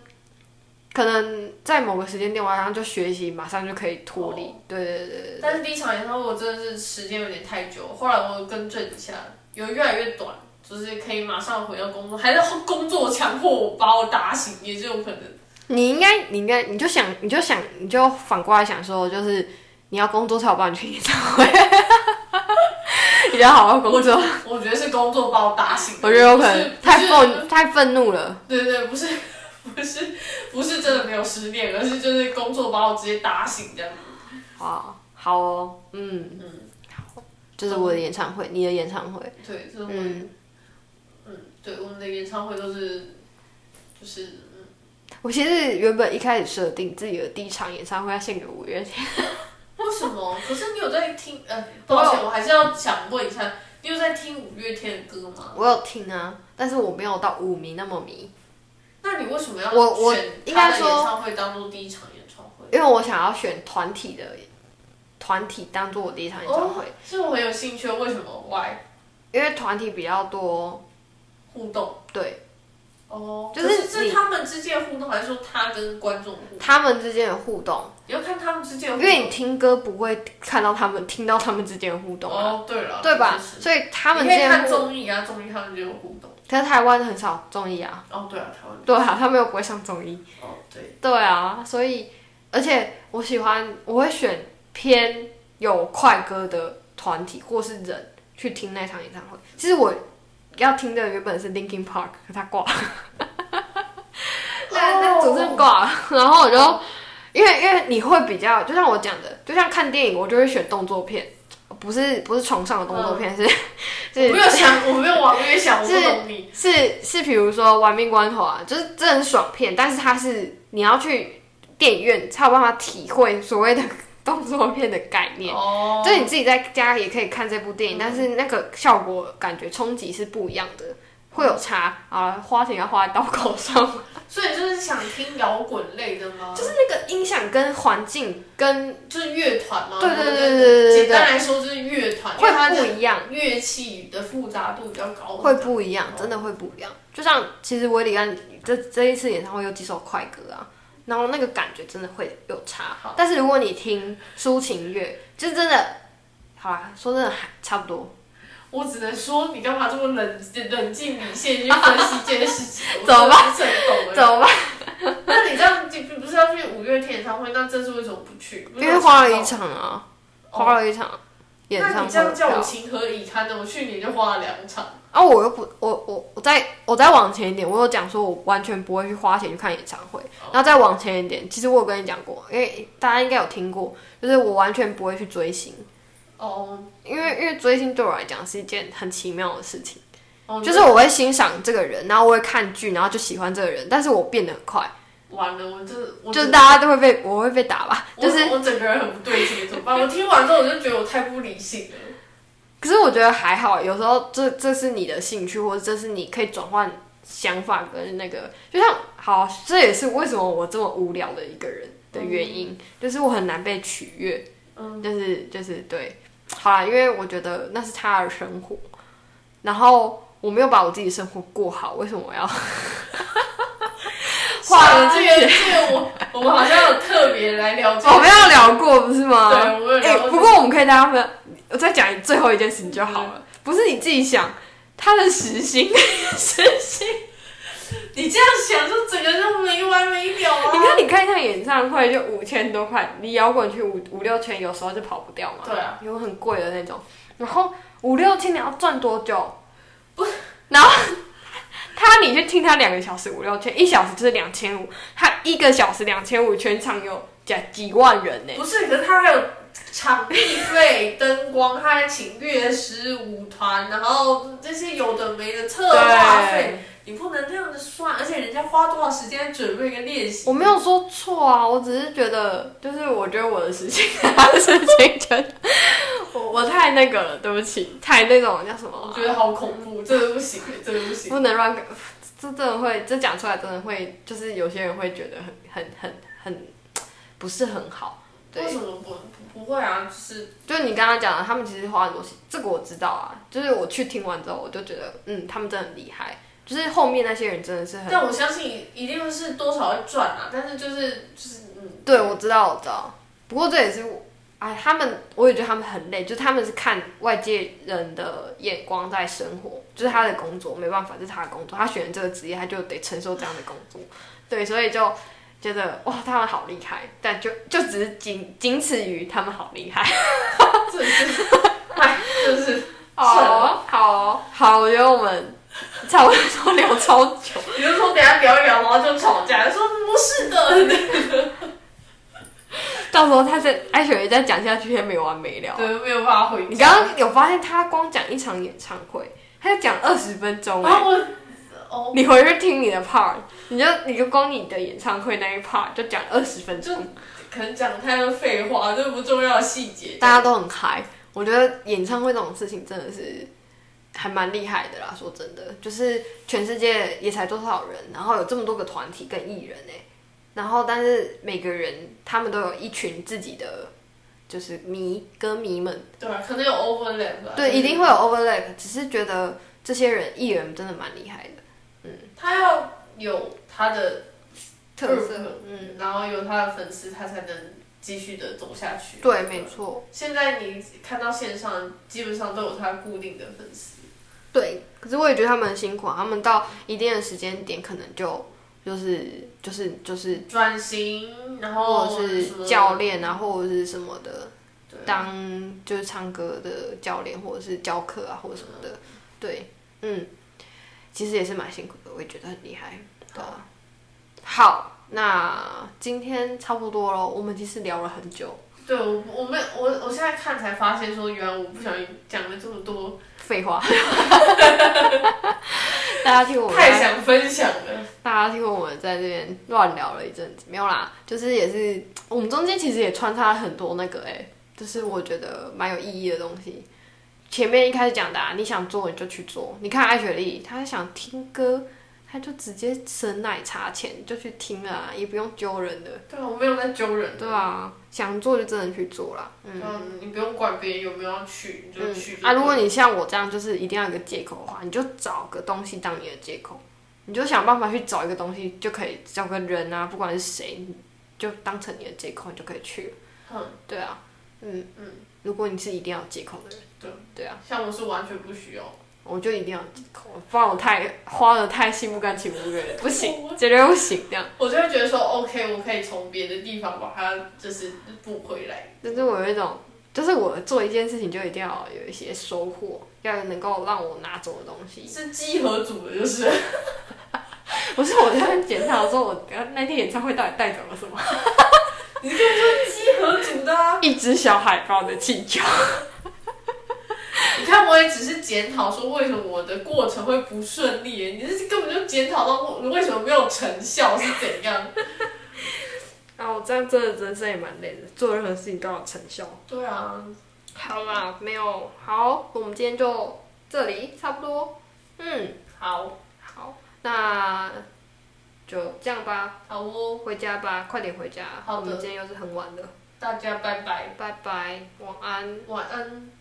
S2: 可能在某个时间点，我好像就学习，马上就可以脱
S1: 哦
S2: 离。对对对对
S1: 但是第一场演唱会我真的是时间有点太久，后来我更正一下，有越来越短，就是可以马上回到工作，还是工作强迫我把我打醒，也是有可能。
S2: 你应该，你应该，你就想，你就想，你就反过来想说，就是你要工作才有办法去演唱会， 你要好好工作。
S1: 我觉得是工作把我打醒的，
S2: 我觉得有可能
S1: 不
S2: 太
S1: 是不是
S2: 愤太愤怒了。
S1: 对对，不是不是不是真的没有失恋，而是就是工作把我直接打醒这样。
S2: 啊，好哦，嗯嗯，这是我的演唱会，你的演唱会，
S1: 对，就是我们，
S2: 嗯，
S1: 嗯，对，我们的演唱会都是就是
S2: 我其实原本一开始设定自己的第一场演唱会要献给五月天，
S1: 为什么？可是你有在听？呃，抱歉，我还是要想问一下，你有在听五月天的歌吗？
S2: 我有听啊，但是我没有到五迷那么迷，
S1: 那你为什么要
S2: 我我
S1: 选
S2: 应
S1: 他
S2: 该
S1: 的
S2: 说
S1: 演唱会当做第一场演唱会？
S2: 因为我想要选团体的团体当做我第一场演唱会，
S1: 哦，是我很有兴趣，为什么？Why？
S2: 因为团体比较多，
S1: 互动
S2: 对
S1: 哦，
S2: 就是
S1: 可是这
S2: 你
S1: 是他们之间的互动，还是说他跟观众互动？
S2: 他们之间的互动，
S1: 你要看他们之间的
S2: 因
S1: 互
S2: 为
S1: 动。
S2: 你听歌不会看到他们听到他们之间的互动啊，
S1: 哦，对了，
S2: 对吧？
S1: 确实
S2: 所以他们
S1: 你
S2: 之
S1: 可以
S2: 间的
S1: 看
S2: 互，
S1: 综艺啊，综艺他们就有互动。
S2: 可是台湾很少综艺啊。
S1: 哦，对啊，台湾。
S2: 对啊，他们又不会上综艺。
S1: 哦，对，
S2: 对啊，所以而且我喜欢，我会选偏有快歌的团体或是人去听那场演唱会。其实我要听的原本是 Linkin Park，可他挂了， 那那主持人挂了，然后我就因为因为你会比较，就像我讲的，就像看电影，我就会选动作片，不是不是床上的动作片，是
S1: 我
S2: 是
S1: 没有想，我没有往那边想，我不
S2: 是
S1: 懂你。
S2: 是是，比如说《玩命关头》啊，就是这很爽片，但是它是你要去电影院才有办法体会所谓的 动作片的概念。
S1: 哦，
S2: 就是你自己在家也可以看这部电影，但是那个效果感觉冲击是不一样的，会有差啊。花钱要花在刀口上，
S1: 所以就是想听摇滚类的吗？
S2: 就是那个音响跟环境跟
S1: 就是乐团吗？
S2: 对对对
S1: 不
S2: 对对对对
S1: 简单来说就是乐团，因为它
S2: 会不
S1: 的
S2: 一样。
S1: 乐器的复杂度比较高。
S2: 会不一样，真
S1: 哦
S2: 的会不一样。就像其实维里安这这一次演唱会有几首快歌啊，然后那个感觉真的会有差。但是如果你听抒情乐，就真的，好啦，说真的还差不
S1: 哦
S2: 多。
S1: 我只能说，你干嘛这么冷冷静理性去分析这件事 情？我
S2: 怎么
S1: 办？是很懂
S2: 怎么办？
S1: 的。那你这样就不是要去五月天演唱会？那这次为什么不去？不
S2: 因
S1: 是
S2: 为花了一场啊，
S1: 哦
S2: 花了一场演
S1: 那
S2: 唱
S1: 你这样
S2: 会
S1: 叫我
S2: 票。
S1: 情何以堪呢？我去年就花了两场。
S2: 啊，我又不，我我我再我再往前一点，我有讲说我完全不会去花钱去看演唱会，
S1: 哦
S2: 然后再往前一点，其实我有跟你讲过，因为大家应该有听过，就是我完全不会去追星。
S1: 哦，
S2: 因为因为追星对我来讲是一件很奇妙的事情，
S1: 哦
S2: 就是我会欣赏这个人，然后我会看剧，然后就喜欢这个人，但是我变得很快，
S1: 完了，我真的，我
S2: 就是大家都会被我会被打吧，
S1: 我
S2: 就是，
S1: 我整个人很不对劲，怎么办？我听完之后我就觉得我太不理性了。
S2: 可是我觉得还好，有时候这这是你的兴趣，或者这是你可以转换想法跟那个，就像好，这也是为什么我这么无聊的一个人的原因，就是我很难被取悦，
S1: 嗯
S2: 就是就是对，好啦，因为我觉得那是他的生活，然后我没有把我自己的生活过好，为什么我要？
S1: 算了，这个这 个我我们好像有特别来聊这个，
S2: 我们要聊过不是吗？
S1: 对我们有聊过
S2: 哎不过我们可以大家分，我再讲最后一件事情就好
S1: 嗯
S2: 了，不是你自己想，他的时薪，时薪，
S1: 你这样想就整个就没完没了啊！
S2: 你 看你看一趟演唱会就五千多块，你摇滚区五五六千，有时候就跑不掉嘛，
S1: 对啊，
S2: 有很贵的那种，然后五六千你要赚多久？不，然后。他，你去听他两个小时五六千，一小时就是两千五，他一个小时两千五，全场有几几万人呢、
S1: 不是，可是他还有场地费、灯光，他还请乐师、舞团，然后这些有的没的策划费，
S2: 对，
S1: 你不能这样子算，而且人家花多少时间准备跟练习，
S2: 我没有说错啊，我只是觉得，就是我觉得 我的事情，他的事情，真的，我我太那个了，对不起，太那种叫什么啊、
S1: 我觉得好恐怖，这个不行，这个不行。
S2: 不能乱搞，这真的会，这讲出来真的会，就是有些人会觉得很很很很不是很好。对
S1: 为什么不不会啊？就是
S2: 就是你刚刚讲的，他们其实花很多心，这个我知道啊。就是我去听完之后，我就觉得，嗯，他们真的很厉害。就是后面那些人真的是很，
S1: 但我相信一定是多少会赚啊，但是就是就是嗯，
S2: 对我知道，我知道。不过这也是我，哎，他们我也觉得他们很累，就是他们是看外界人的眼光在生活，就是他的工作没办法，这是他的工作，他选了这个职业，他就得承受这样的工作。对，所以就觉得哇，他们好厉害，但就就只是仅仅此于他们好厉害。
S1: 这是，哎，就是
S2: 哦，好哦，好，我觉得我们差不多聊超久。
S1: 比如说等一下聊一聊，然后就吵架，说不是的，
S2: 到时候他在艾雪再讲下去，也没完没了。
S1: 对，没有办法回
S2: 你刚刚有发现他光讲一场演唱会，他就讲二十分钟、欸
S1: 然后我哦，
S2: 你回去听你的 part，你就你就光你的演唱会那一 part 就讲二十分
S1: 就
S2: 钟，
S1: 可能讲太多废话，这不重要的细节。
S2: 大家都很嗨。我觉得演唱会这种事情真的是还蛮厉害的啦，说真的，就是全世界也才多少人，然后有这么多个团体跟艺人哎、然后但是每个人他们都有一群自己的就是迷歌迷们。
S1: 对啊，可能有 overlap 吧。
S2: 对，一定会有 overlap，只是觉得这些人艺人真的蛮厉害的，
S1: 他要有他的
S2: 特色。嗯，
S1: 嗯，然后有他的粉丝，他才能继续的走下去。
S2: 对，没错，
S1: 现在你看到线上，基本上都有他固定的粉丝。
S2: 对。可是我也觉得他们很辛苦、啊，他们到一定的时间点，可能就就是就是就是，
S1: 转型，然
S2: 或
S1: 后
S2: 者
S1: 什么
S2: 是教练啊，或者是什么的，
S1: 对
S2: 当就是唱歌的教练，或者是教课啊，或者什么的。对，嗯，其实也是蛮辛苦的，我也觉得很厉害。对啊，好，那今天差不多了，我们其实聊了很久。
S1: 对我我没有我我现在看才发现说，原来我不小心讲了这么多，
S2: 废 话，大家听我们
S1: 太想分享了。
S2: 大家听我们在这边乱聊了一阵子，没有啦，就是也是我们中间其实也穿插了很多那个哎、就是我觉得蛮有意义的东西。前面一开始讲的、啊，你想做你就去做。你看艾雪莉，她想听歌，她就直接省奶茶钱就去听了、啊，也不用揪人的。
S1: 对啊，我没有在揪人。
S2: 对啊，想做就真的去做啦。
S1: 嗯，你不用管别人有没有要去，你就
S2: 嗯
S1: 去就对了。
S2: 啊，如果你像我这样，就是一定要有一个借口的话，你就找个东西当你的借口，你就想办法去找一个东西，就可以找个人啊，不管是谁，你就当成你的借口，你就可以去了。
S1: 嗯，
S2: 对啊，嗯嗯，如果你是一定要有借口的人，
S1: 对哦
S2: 对啊，
S1: 像我是完全不需要。
S2: 我就一定要有借口，不然我太花的太心不甘情不愿了，不行，绝对不行这样。
S1: 我就会觉得说，OK，我可以从别的地方把它就是补回来。
S2: 但是我有一种，就是我做一件事情就一定要有一些收获，要能够让我拿走的东西。
S1: 是鸡合组的，就是
S2: 不是我在那边检查说，我呃那天演唱会到底带走了什么？
S1: 你根本就是鸡合组的啊！
S2: 一只小海豹的气球。
S1: 你看，我也只是检讨说为什么我的过程会不顺利，你这是根本就检讨到我为什么没有成效是怎样？
S2: 啊，我这样真的人生也蛮累的，做任何事情都要有成效。
S1: 对啊，
S2: 好啦，没有好，我们今天就这里差不多。嗯，
S1: 好，
S2: 好，那就这样吧，
S1: 好哦，
S2: 回家吧，快点回家。
S1: 好的
S2: 我们今天又是很晚了，
S1: 大家拜拜，
S2: 拜拜，晚安。
S1: 晚安。